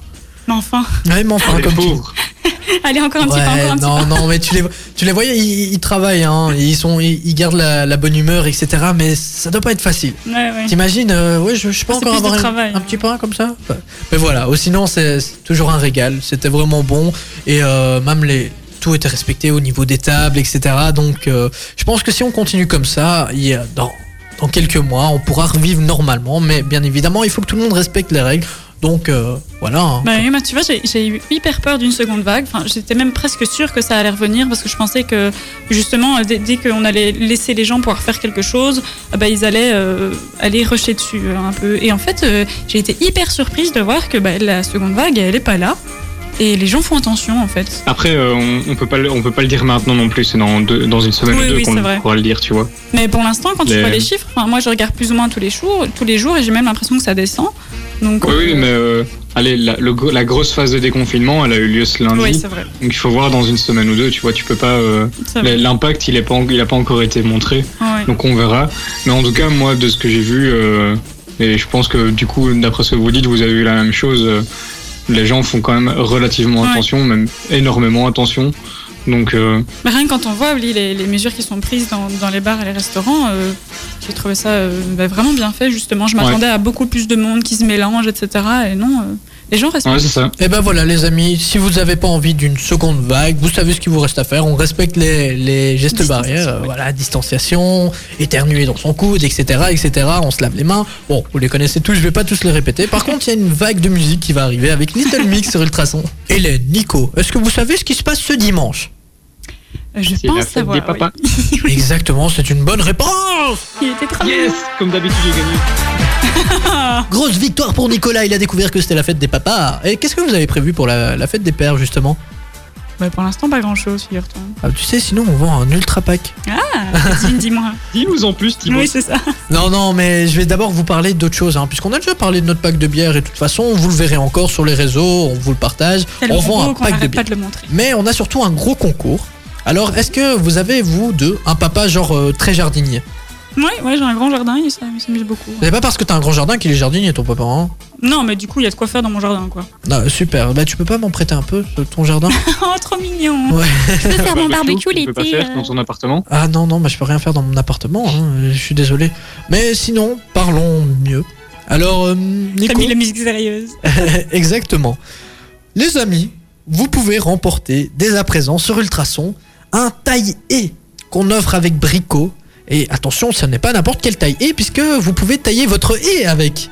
B: Mais enfin, (laughs)
A: Vraiment, enfin,
C: Ah, Les
A: Ah, comme tu-
C: pauvres.
B: allez, encore un petit peu,
A: Ouais,
B: encore un petit
A: non, non, mais tu les, tu les voyais, ils, ils travaillent, hein, ils, sont, ils, ils gardent la, la bonne humeur, etc. Mais ça dois pas être facile.
B: peu. Ouais, ouais.
A: T'imagines, euh, ouais, je, je sais pas
B: C'est
A: encore
B: plus de
A: avoir un-
B: travail. hein.
A: un, petit pain comme ça. Enfin, mais voilà, oh, sinon, c'est c'est toujours un régal. C'était vraiment bon. Et euh, même les. Tout était respecté au niveau des tables, etc. Donc, euh, je pense que si on continue comme ça, il y a- dans, dans quelques mois, on pourra revivre normalement. Mais bien évidemment, il faut que tout le monde respecte les règles. Donc, euh, voilà. hein.
B: Bah oui, moi, tu vois, j'ai- j'ai eu hyper peur d'une seconde vague. Enfin, j'étais même presque sûre que ça allait revenir parce que je pensais que, justement, euh, dès, dès qu'on allait laisser les gens pouvoir faire quelque chose, ah bah, ils allaient euh, aller rusher dessus euh, un peu. Et en fait, euh, j'ai été hyper surprise de voir que bah, la seconde vague, elle est pas là. Et les gens font attention, en fait.
C: Après, euh, on, on peut pas, le- on peut pas le dire maintenant non plus. C'est dans, deux- dans une semaine
B: Oui,
C: ou deux
B: oui, c'est vrai.
C: qu'on pourra le dire, tu vois.
B: Mais pour l'instant, quand tu
C: Mais-
B: vois les chiffres, enfin, moi, je regarde plus ou moins tous les jours, tous les jours et j'ai même l'impression que ça descend. Donc,
C: Oui, oui,
B: euh,
C: mais euh, allez, la, le gro- la grosse phase de déconfinement, elle a eu lieu ce lundi.
B: ouais, c'est vrai.
C: donc il faut voir dans une semaine ou deux. Tu vois, tu peux pas. euh,
B: c'est vrai.
C: L'impact, il est pas, en- il a pas encore été montré.
B: Ouais.
C: Donc on verra. Mais en tout cas, moi, de ce que j'ai vu, euh, et je pense que du coup, d'après ce que vous dites, vous avez vu la même chose. euh, les gens font quand même relativement
B: Ouais.
C: attention, même énormément attention. Donc euh,
B: Mais rien que quand on voit oui, les, les mesures qui sont prises dans, dans les bars et les restaurants, euh, j'ai trouvé ça euh, bah, vraiment bien fait justement. Je m'attendais à beaucoup plus de monde qui se mélange, etc. Et non, euh, les gens restent.
C: ouais, c'est ça.
A: Et ben voilà les amis, si vous n'avez pas envie d'une seconde vague, vous savez ce qu'il vous reste à faire. On respecte les, les gestes
B: Distanciation,
A: barrières, euh,
B: oui.
A: voilà, distanciation, éternuer dans son coude, etc., etc. On se lave les mains. Bon, vous les connaissez tous, je vais pas tous les répéter. Par contre, il y a une vague de musique qui va arriver avec Little Mix sur (laughs) Ultrason. Hélène, Nico, est-ce que vous savez ce qui se passe ce dimanche
B: Je
C: C'est la
B: pense
C: fête
B: savoir.
C: des
B: oui.
C: papas.
A: Exactement, c'est une bonne réponse.
B: Il était très
C: Yes, comme d'habitude, j'ai gagné.
A: Grosse victoire pour Nicolas. Il a découvert que c'était la fête des papas. Et qu'est-ce que vous avez prévu pour la, la fête des pères justement
B: bien. Bah, pour l'instant, pas grand chose, figure-toi.
A: Ah, tu sais, sinon on vend un ultra pack.
B: Ah, Christine, dis-moi.
E: Dis-nous en plus, Thibaut.
B: Oui, c'est ça.
A: Non, non, mais je vais d'abord vous parler d'autre chose, hein, puisqu'on a déjà parlé de notre pack de bière et de toute façon, vous le verrez encore sur les réseaux, on vous le partage.
B: Tellement
A: On vend
B: beau
A: un
B: qu'on
A: pack de
B: n'arrête pas
A: bière.
B: de le montrer.
A: Mais on a surtout un gros concours. Alors, est-ce que vous avez, vous deux, un papa genre euh, très jardinier
B: Oui, ouais, j'ai un grand jardin, il s'am- il s'amuse beaucoup. ouais.
A: C'est pas parce que t'as un grand jardin qu'il est jardinier, ton papa, hein
B: Non, mais du coup, il y a de quoi faire dans mon jardin, quoi. (laughs)
A: Non, super. Bah, tu peux pas m'en prêter un peu, euh, ton jardin
B: Oh, trop mignon.
A: Ouais.
B: Je peux faire mon
C: Barbecue,
B: barbecue
C: tu peux pas
B: l'été.
C: faire
B: euh.
C: dans ton appartement.
A: Ah non, non, bah, je peux rien faire dans mon appartement, hein, je suis désolé. Mais sinon, parlons mieux. Alors, euh,
B: T'as
A: Nico,
B: mis la musique sérieuse.
A: exactement. Les amis, vous pouvez remporter dès à présent sur Ultrason un taille E qu'on offre avec Brico. Et attention, ce n'est pas n'importe quelle taille E puisque vous pouvez tailler votre E avec.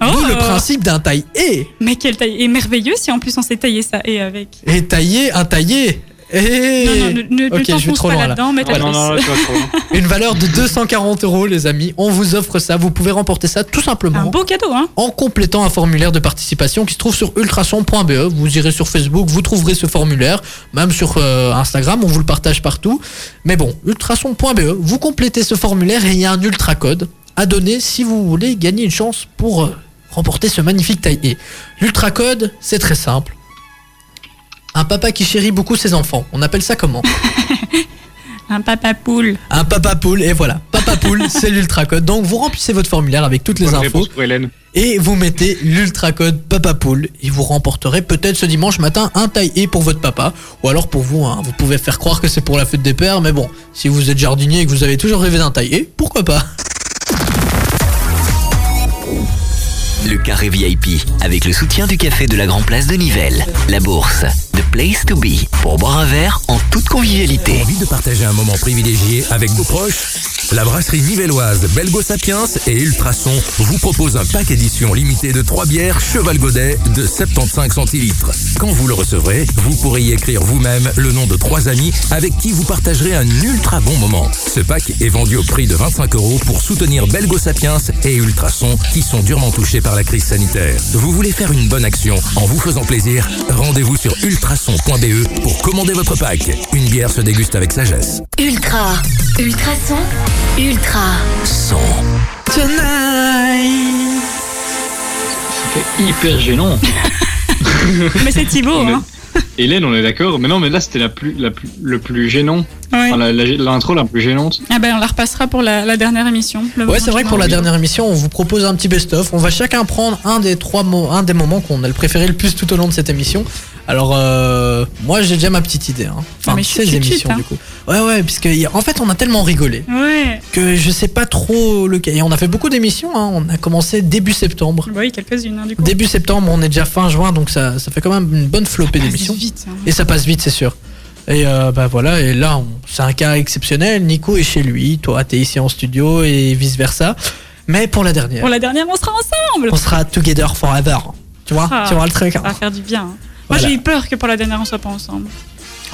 A: D'où
B: Oh.
A: le principe d'un taille E.
B: Mais quelle taille. Et merveilleux si en plus on s'est taillé ça et avec.
A: Et tailler, un taillé. Et
B: Non, non, ne, ne, ne
A: Ok, je vais
B: t'enfonce
A: trop
B: pas
A: loin, là.
B: là-dedans, mets
C: Ah
B: ta
C: non, non,
B: laisse.
C: là, tu vas trop (laughs) loin.
A: une valeur de 240 euros, les amis. On vous offre ça. Vous pouvez remporter ça tout
B: Un
A: simplement
B: beau cadeau, hein.
A: en complétant un formulaire de participation qui se trouve sur ultrason.be. Vous irez sur Facebook, vous trouverez ce formulaire, même sur euh, Instagram, on vous le partage partout. Mais bon, ultrason.be, vous complétez ce formulaire et il y a un ultra code à donner si vous voulez gagner une chance pour euh, remporter ce magnifique taille E. L'ultra code, c'est très simple. Un papa qui chérit beaucoup ses enfants. On appelle ça comment
B: Un papa poule.
A: Un papa poule, et voilà. Papa poule, c'est l'ultra code. Donc vous remplissez votre formulaire avec toutes les
C: Bonne
A: infos
C: réponse pour Hélène.
A: et vous mettez l'ultra code Papa Poule et vous remporterez peut-être ce dimanche matin un taille E pour votre papa ou alors pour vous. hein. Vous pouvez faire croire que c'est pour la fête des pères, mais bon, si vous êtes jardinier et que vous avez toujours rêvé d'un taille E, pourquoi pas
G: Le carré VIP avec le soutien du café de la Grand Place de Nivelles. La bourse, The Place to Be, pour boire un verre en toute convivialité.
H: Envie de partager un moment privilégié avec vos proches La brasserie nivelloise Belgo Sapiens et Ultrason vous propose un pack édition limité de 3 bières Cheval Godet de 75 centilitres. Quand vous le recevrez, vous pourrez y écrire vous-même le nom de trois amis avec qui vous partagerez un ultra bon moment. Ce pack est vendu au prix de 25 euros pour soutenir Belgo Sapiens et Ultrason qui sont durement touchés par la crise sanitaire. Vous voulez faire une bonne action en vous faisant plaisir Rendez-vous sur ultrason.be E pour commander votre pack. Une bière se déguste avec sagesse.
F: Ultra. Ultrason. Ultra.
G: Son.
C: C'était hyper gênant.
B: Mais c'est Thibaut,
C: (laughs) On est-
B: hein.
C: Hélène, on est d'accord. Mais non, mais là, c'était la plus, la plus, le plus gênant.
B: Ouais.
C: Enfin, la- la- l'intro la, plus gênante.
B: Ah ben on la repassera pour la, la dernière émission. le
A: Ouais,
B: moment
A: c'est vrai que pour la
B: du
A: dernière émission, on vous propose un petit best-of. On va chacun prendre un des trois mots, un des moments qu'on a le préféré le plus tout au long de cette émission. Alors, euh, moi, j'ai déjà ma petite idée. Hein. Enfin,
B: Ah, mais je suis
A: ces
B: cute,
A: émissions
B: hein.
A: du coup. Ouais, ouais, puisque y a- en fait, on a tellement rigolé
B: jour. Ouais.
A: que je sais pas trop lequel. Et on a fait beaucoup d'émissions. hein. On a commencé début septembre.
B: Bah oui, quelques-unes, hein, du coup.
A: Début septembre, on est déjà fin juin, donc ça, ça fait quand même une bonne flopée
B: Ah,
A: d'émissions.
B: c'est vite. hein.
A: Et ça passe vite, c'est sûr. Et euh, bah voilà, et là, on- c'est un cas exceptionnel. Nico est chez lui, toi, t'es ici en studio et vice versa. Mais pour la dernière,
B: Pour la dernière, on sera ensemble.
A: on sera together forever. Tu vois,
B: Ah.
A: tu vois le truc. hein.
B: Ça va faire du bien. hein. Moi,
A: Voilà.
B: j'ai eu peur que pour la dernière, on soit pas ensemble.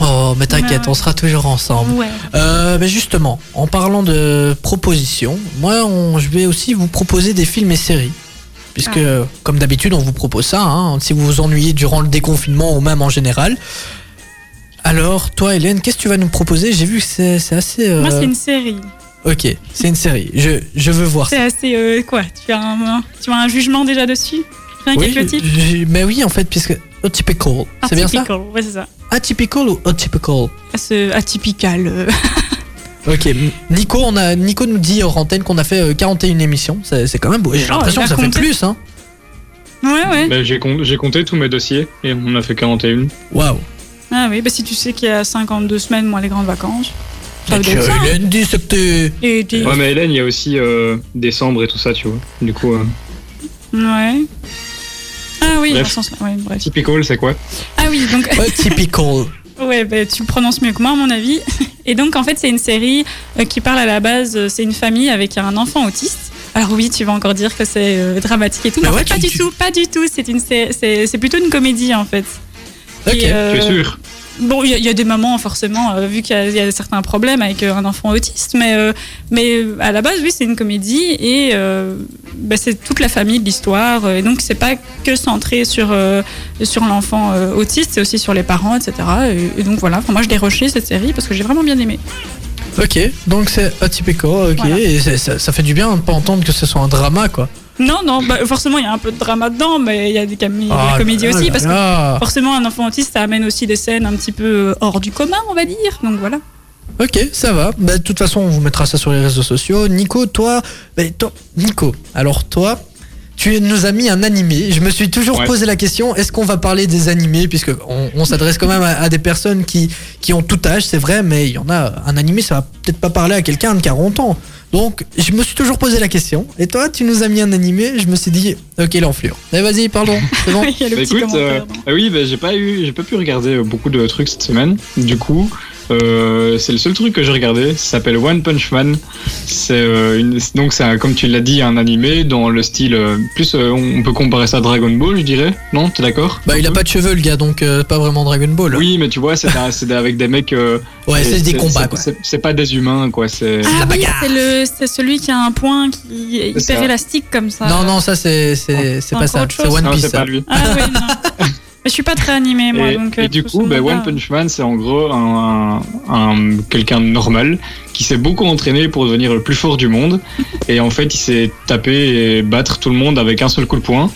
A: Oh, mais t'inquiète,
B: Ouais.
A: on sera toujours ensemble.
B: Ouais.
A: Euh, mais justement, en parlant de propositions, moi, on- je vais aussi vous proposer des films et séries. Puisque,
B: Ah.
A: comme d'habitude, on vous propose ça, hein, si vous vous ennuyez durant le déconfinement ou même en général. Alors, toi, Hélène, qu'est-ce que tu vas nous proposer J'ai vu que c'est c'est assez. euh,
B: Moi, c'est une série.
A: Ok, c'est une série. Je, je veux voir ça.
B: C'est assez. euh, quoi tu as, un, tu as un jugement déjà dessus Rien
A: Oui,
B: qu'avec le titre
A: je- mais oui, en fait, puisque. Atypical. C'est bien ça
B: Atypical, Ouais, c'est ça.
A: Atypical ou atypical
B: Ah, ce atypical. euh, (laughs)
A: Ok, m- Nico, on a, Nico nous dit hors antenne qu'on a fait euh, 41 émissions. C'est c'est quand même beau. J'ai
B: Oh,
A: l'impression
B: il a
A: que ça fait
B: compté.
A: plus, hein.
B: ouais, ouais.
C: Bah, j'ai com- j'ai compté tous mes dossiers et on en a fait 41.
A: Waouh.
B: Ah oui, bah si tu sais qu'il y a 52 semaines, moi, les grandes vacances. Ça veut
A: Tu
B: dire ça.
A: as lundi, c'est que t'es-
B: Et des-
C: Ouais, mais Hélène, il y a aussi euh, décembre et tout ça, tu vois. Du coup, euh,
B: Ouais. Ah oui,
C: Bref.
B: dans ce sens- ouais, bref.
C: typical, c'est quoi
B: Ah oui, donc (laughs)
A: Atypical.
B: Ouais, bah, tu le prononces mieux que moi, à mon avis. (laughs) Et donc, en fait, c'est une série euh, qui parle à la base, euh, c'est une famille avec un enfant autiste. Alors oui, tu vas encore dire que c'est euh, dramatique et tout, mais
A: Ah
B: en
A: ouais, tu-
B: fait, pas du
A: tu-
B: tout, pas du tout. C'est une, sé- c'est c'est plutôt une comédie en fait.
A: ok.
B: Et, euh,
C: Tu es sûr
B: Bon, il y, a- il y a des mamans, forcément, euh, vu qu'il y a- il y, a certains problèmes avec euh, un enfant autiste, mais, euh, mais à la base, oui, c'est une comédie et euh, bah, c'est toute la famille de l'histoire. euh, Et donc, c'est pas que centré sur, euh, sur l'enfant euh, autiste, c'est aussi sur les parents, etc. Et, et donc, voilà, Enfin, moi, je l'ai rushée, cette série, parce que j'ai vraiment bien aimé.
A: Ok, donc c'est atypico, ok,
B: Voilà.
A: et c'est- ça, ça fait du bien de pas entendre que ce soit un drama quoi.
B: Non, non, bah, forcément, il y a un peu de drama dedans, mais il y a des, cami-
A: Ah
B: des comédies
A: là
B: aussi,
A: là
B: parce que
A: là.
B: forcément, un enfant autiste, ça amène aussi des scènes un petit peu euh, hors du commun, on va dire. Donc, voilà. (laughs)
A: Ok, ça va. Bah, de toute façon, on vous mettra ça sur les réseaux sociaux. Nico, toi, bah, toi- Nico, alors toi, tu nous as mis un animé. Je me suis toujours
C: Ouais.
A: posé la question est-ce qu'on va parler des animés Puisque on, on s'adresse quand même à, à des personnes qui, qui ont tout âge, c'est vrai, mais il y en a un animé, ça va peut-être pas parler à quelqu'un de 40 ans. Donc, je me suis toujours posé la question. Et toi, tu nous as mis un animé. Je me suis dit ok, l'enflure. Eh, vas-y, pardon, c'est bon.
B: Il y a le
C: Bah
B: petit
C: écoute, euh,
B: commentaire.
C: bah oui, bah j'ai pas eu, j'ai pas pu regarder euh, beaucoup de trucs cette semaine. Du coup, euh, c'est le seul truc que j'ai regardé. Ça s'appelle One Punch Man. C'est euh, une- donc c'est un- comme tu l'as dit, un animé dans le style euh, plus. euh, on peut comparer ça à Dragon Ball, je dirais. Non, t'es d'accord
A: (laughs) Bah, il a pas de cheveux, le gars, donc euh, pas vraiment Dragon Ball.
C: Oui, mais tu vois, c'est un- c'est avec des mecs. euh,
A: (laughs) Ouais, c'est des combats,
C: c'est-
A: quoi.
C: c'est- C'est pas des humains, quoi. C'est
A: la
B: Ah oui,
A: bagarre.
B: c'est le- c'est celui qui a un point qui est
C: C'est
B: hyper
C: ça.
B: élastique comme ça.
A: Non, non, ça, c'est c'est- c'est pas
B: Encore
A: ça.
B: autre
A: C'est
B: chose.
A: One
C: non,
A: Piece.
C: c'est
A: ça.
C: pas lui.
B: Ah oui, non. Mais je suis pas très animée moi,
C: et,
B: donc.
C: et
B: euh,
C: du
B: tout
C: coup,
B: ce
C: bah,
B: monde-là.
C: One Punch Man, c'est en gros un, un- quelqu'un de normal qui s'est beaucoup entraîné pour devenir le plus fort du
B: (laughs)
C: monde. Et en fait, il s'est tapé et battre tout le monde avec un seul coup de poing.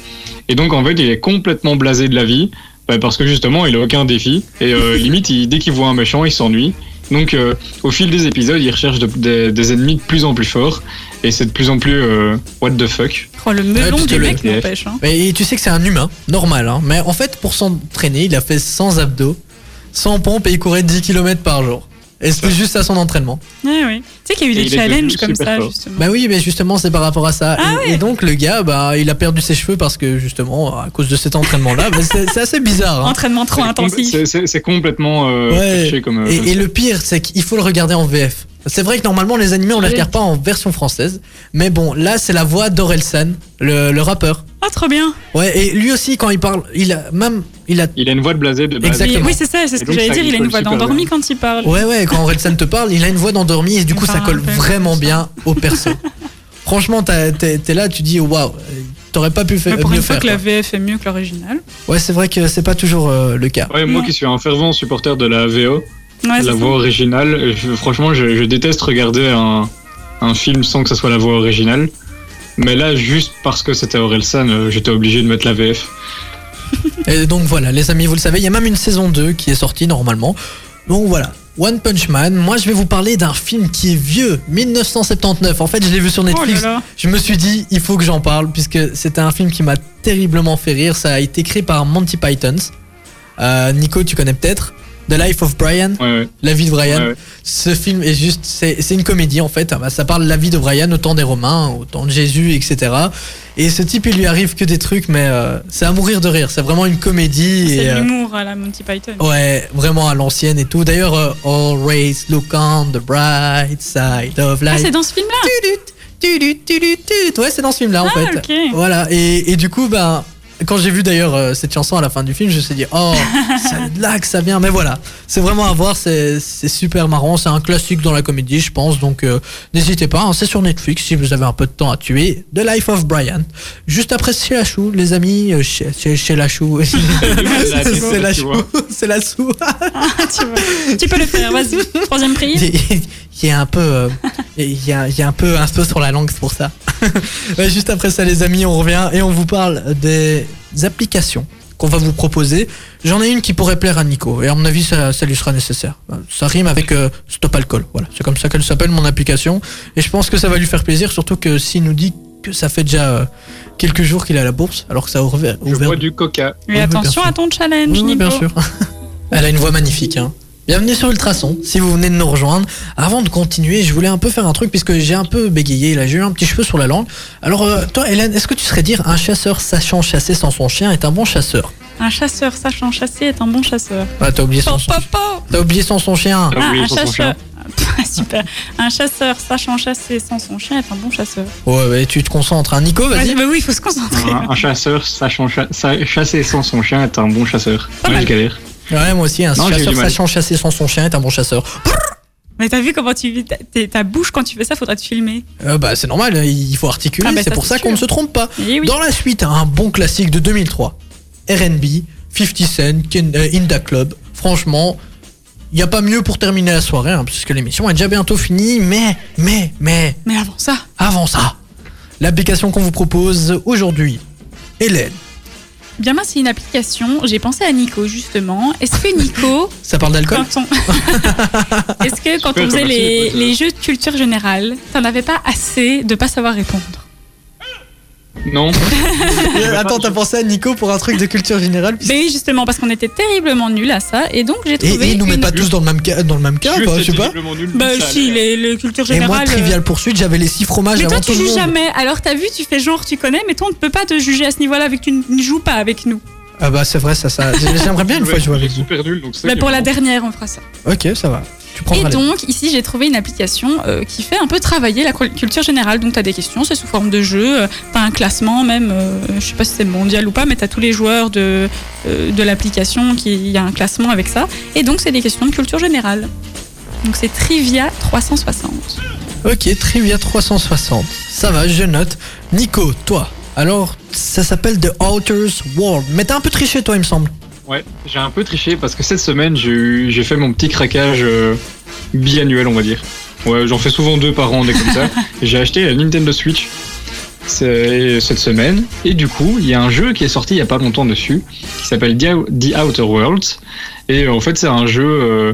C: Et donc, en fait, il est complètement blasé de la vie bah, parce que justement, il a aucun défi. Et
B: (laughs)
C: euh, limite, il- dès qu'il voit un méchant, il s'ennuie. Donc, euh, au fil des épisodes, il recherche de- des- des ennemis de plus en plus forts. Et c'est de plus en plus euh, what the fuck.
B: Oh, le melon
A: parce que
B: du
A: le
B: mec
C: SDF.
B: n'empêche. hein.
A: Mais et tu sais que c'est un humain, normal. Hein. Mais en fait, pour s'entraîner, il a fait 100 abdos, 100 pompes et il courait 10 km par jour. Et c'était juste à son entraînement.
B: Ouais, Eh oui. Tu sais qu'il y a eu
C: Et
B: des
C: il est devenu
B: challenges comme
C: super
B: ça
C: fort.
B: justement.
A: Bah oui, mais justement, c'est par rapport à ça.
B: Ah
A: et, et donc, le gars, bah, il a perdu ses cheveux parce que justement, à cause de cet entraînement-là, bah, c'est c'est assez bizarre. hein.
B: Entraînement trop
C: C'est com-
B: intensif.
C: c'est- C'est c'est complètement euh,
A: Ouais.
C: perché comme. euh, comme
A: Et, et le pire, c'est qu'il faut le regarder en VF. C'est vrai que normalement, les animés, on les
B: Oui.
A: regarde pas en version française. Mais bon, là, c'est la voix d'Orelsan, le, le rappeur.
B: Ah trop bien.
A: Ouais, et lui aussi, quand il parle, il a même. Il a
C: Il a une voix de blasé de base.
A: Exactement.
B: Oui, oui, c'est ça, c'est ce
C: Et
B: que
C: donc,
B: j'allais
C: ça
B: dire. Il a une
C: colle
B: voix
C: super
B: d'endormi
C: bien.
B: quand il parle.
A: Ouais, ouais, quand Orelsan te parle, il a une voix d'endormi et du coup,
B: Enfin,
A: ça colle
B: un peu
A: vraiment
B: comme ça.
A: bien au perso. Franchement, t'as- t'es t'es là, tu dis waouh, euh, t'aurais pas pu
B: Mais
A: faire
B: pour
A: mieux
B: une fois
A: faire.
B: que la VF est mieux que l'original.
A: quoi. Ouais, c'est vrai que c'est pas toujours euh, le cas.
C: Ouais, moi
B: Non.
C: qui suis un fervent supporter de la VO,
B: Ouais,
C: la
B: c'est
C: voix originale, je- franchement, je, je déteste regarder un, un film sans que ça soit la voix originale. Mais là, juste parce que c'était Orelsan, euh, j'étais obligé de mettre la VF.
A: Et donc voilà, les amis, vous le savez, il y a même une saison 2 qui est sortie normalement. Donc voilà, One Punch Man. Moi, je vais vous parler d'un film qui est vieux, 1979. En fait, je l'ai vu sur
B: ça. Oh là
A: Netflix.
B: là.
A: Je me suis dit, il faut que j'en parle, puisque c'était un film qui m'a terriblement fait rire. Ça a été créé par Monty Pythons. Euh, Nico, tu connais peut-être The Life of Brian.
C: Ouais, ouais.
A: La vie de Brian.
C: Ouais, ouais.
A: Ce film est juste, c'est c'est une comédie en fait. Bah, Ça parle de la vie de Brian au temps des Romains, au temps de Jésus, etc. Et ce type, il lui arrive que des trucs, mais euh, c'est à mourir de rire. C'est vraiment une comédie.
B: Ah, C'est
A: Et,
B: de
A: euh, Oh,
B: l'humour à la Monty Python.
A: ouais, vraiment à l'ancienne et tout. D'ailleurs, euh, Always look on the bright side of
B: Ah,
A: life.
B: c'est dans ce film-là.
A: Tudut, tudut, tudut, tudut. Ouais, c'est dans ce film-là en
B: Ah,
A: fait.
B: ok. (laughs)
A: Voilà, et, et du coup, ben, quand j'ai vu d'ailleurs euh, cette chanson à la fin du film, je me suis dit,
B: (laughs)
A: oh, c'est de là que ça vient. Mais voilà, c'est vraiment à voir, c'est c'est super marrant, c'est un classique dans la comédie, je pense. Donc euh, n'hésitez pas, hein, c'est sur Netflix si vous avez un peu de temps à tuer. The Life of Brian. Juste après, c'est la chou, les amis, euh, chez, chez, chez la (laughs) chou. c'est la
C: tu
A: chou,
C: vois.
A: (laughs) c'est la chou.
B: tu, vois. Tu peux le faire, vas-y. Troisième prix.
A: Il y a un peu, euh, il y a, il y a un peu un peu sur la langue c'est pour ça. (laughs) Ouais, Juste après ça, les amis, on revient et on vous parle des applications qu'on va vous proposer. J'en ai une qui pourrait plaire à Nico et à mon avis ça, ça lui sera nécessaire. Euh, Ça rime avec euh, stop alcool. Voilà, c'est comme ça qu'elle s'appelle mon application et je pense que ça va lui faire plaisir, surtout que s'il nous dit que ça fait déjà euh, quelques jours qu'il est à la bourse, alors que ça a ouvert.
C: Je
A: ouvert-
C: bois du coca.
A: Oui,
B: Mais
A: bien
B: attention
A: sûr.
B: à ton challenge,
A: oui, oui,
B: Nico.
A: bien sûr. (laughs) Elle a une voix magnifique. Hein. Bienvenue sur Ultrason, si vous venez de nous rejoindre. Avant de continuer, je voulais un peu faire un truc, puisque j'ai un peu bégayé, là j'ai eu un petit cheveu sur la langue. Alors, euh, toi Hélène, est-ce que tu serais dire un chasseur sachant chasser sans son chien est un bon chasseur
B: Un chasseur sachant chasser est un bon chasseur.
A: Ah, t'as oublié, sans son... t'as oublié sans son chien.
C: Ah,
B: Ah,
C: oui,
B: un
C: sans son
B: chasseur. Ah, (laughs) Super. Un chasseur sachant chasser sans son chien est un bon chasseur.
A: Ouais, mais tu te concentres. hein. Nico,
B: Ah,
A: vas-y.
B: bah oui, il faut se concentrer.
C: Un, un chasseur sachant cha- sa- chasser sans son chien est un bon chasseur.
B: Pas
C: Ouais,
B: mal.
C: je galère.
A: Ouais, moi aussi, un
C: Non, j'ai eu
A: chasseur
C: du mal.
A: sachant chasser sans son chien est un bon chasseur.
B: Mais t'as vu comment tu t'as- t'es- ta bouche quand tu fais ça, faudra te filmer.
A: Euh, bah, c'est normal, il faut articuler,
B: Ah, bah,
A: c'est
B: ça,
A: pour
B: c'est
A: ça qu'on ne se
B: sûr.
A: trompe pas.
B: Eh oui.
A: Dans la suite, hein, un bon classique de 2003, RB, 50 Cent, Ken- euh, Inda Club. Franchement, il n'y a pas mieux pour terminer la soirée, hein, puisque l'émission est déjà bientôt finie, mais, mais, mais,
B: Mais avant ça,
A: avant ça, l'application qu'on vous propose aujourd'hui, Hélène,
B: bien mince, c'est une application. J'ai pensé à Nico justement. Est-ce que
A: (laughs)
B: Nico,
A: ça parle
B: (laughs)
A: d'alcool
B: quand on, est-ce que quand
C: Super,
B: on (laughs) faisait
C: comme
B: les,
C: activité.
B: les jeux de culture générale, t'en avais pas assez de pas savoir répondre
C: Non.
A: Euh, Attends, t'as pensé à Nico pour un truc de culture générale puisque-
B: Mais Ben justement parce qu'on était terriblement nuls à ça, et donc j'ai
A: et,
B: trouvé.
A: et il nous met
B: une-
A: pas tous dans le même cas, dans le même cas quoi, je sais pas.
B: Bah si, les, les cultures
A: Et moi,
B: générales. euh,
A: Trivial Poursuite, j'avais les six fromages
B: Mais
A: avant
B: toi,
A: tout
B: tu
A: le
B: joues
A: monde.
B: jamais. Alors, t'as vu, tu fais genre, tu connais, mais toi, on ne peut pas te juger à ce niveau-là, vu que tu ne joues pas avec nous.
A: Ah bah c'est vrai, ça, ça. J'aimerais
B: (laughs)
A: bien une fois jouer avec vous.
C: super nul, donc c'est ça
B: Mais
C: qui est
B: Bah, pour la
C: marrant.
B: dernière, on fera ça.
A: Ok, ça va. Tu prends
B: Et donc, ici, j'ai trouvé une application euh, qui fait un peu travailler la cul- culture générale. Donc, t'as des questions, c'est sous forme de jeu. euh, T'as un classement, même, euh, je sais pas si c'est mondial ou pas, mais t'as tous les joueurs de, euh, de l'application qui il y a un classement avec ça. Et donc, c'est des questions de culture générale. Donc, c'est Trivia 360.
A: Ok, Trivia 360. Ça va, je note. Nico, toi. Alors, ça s'appelle The Outer's World. Mais t'as un peu triché, toi, il me semble.
C: Ouais, j'ai un peu triché parce que cette semaine, j'ai eu- j'ai fait mon petit craquage euh, biannuel, on va dire. Ouais, j'en fais souvent deux par an, des comme ça. J'ai acheté la Nintendo Switch c'est- cette semaine. Et du coup, il y a un jeu qui est sorti il y a pas longtemps dessus, qui s'appelle The Ou- The Outer Worlds. Et euh, en fait, c'est un jeu euh,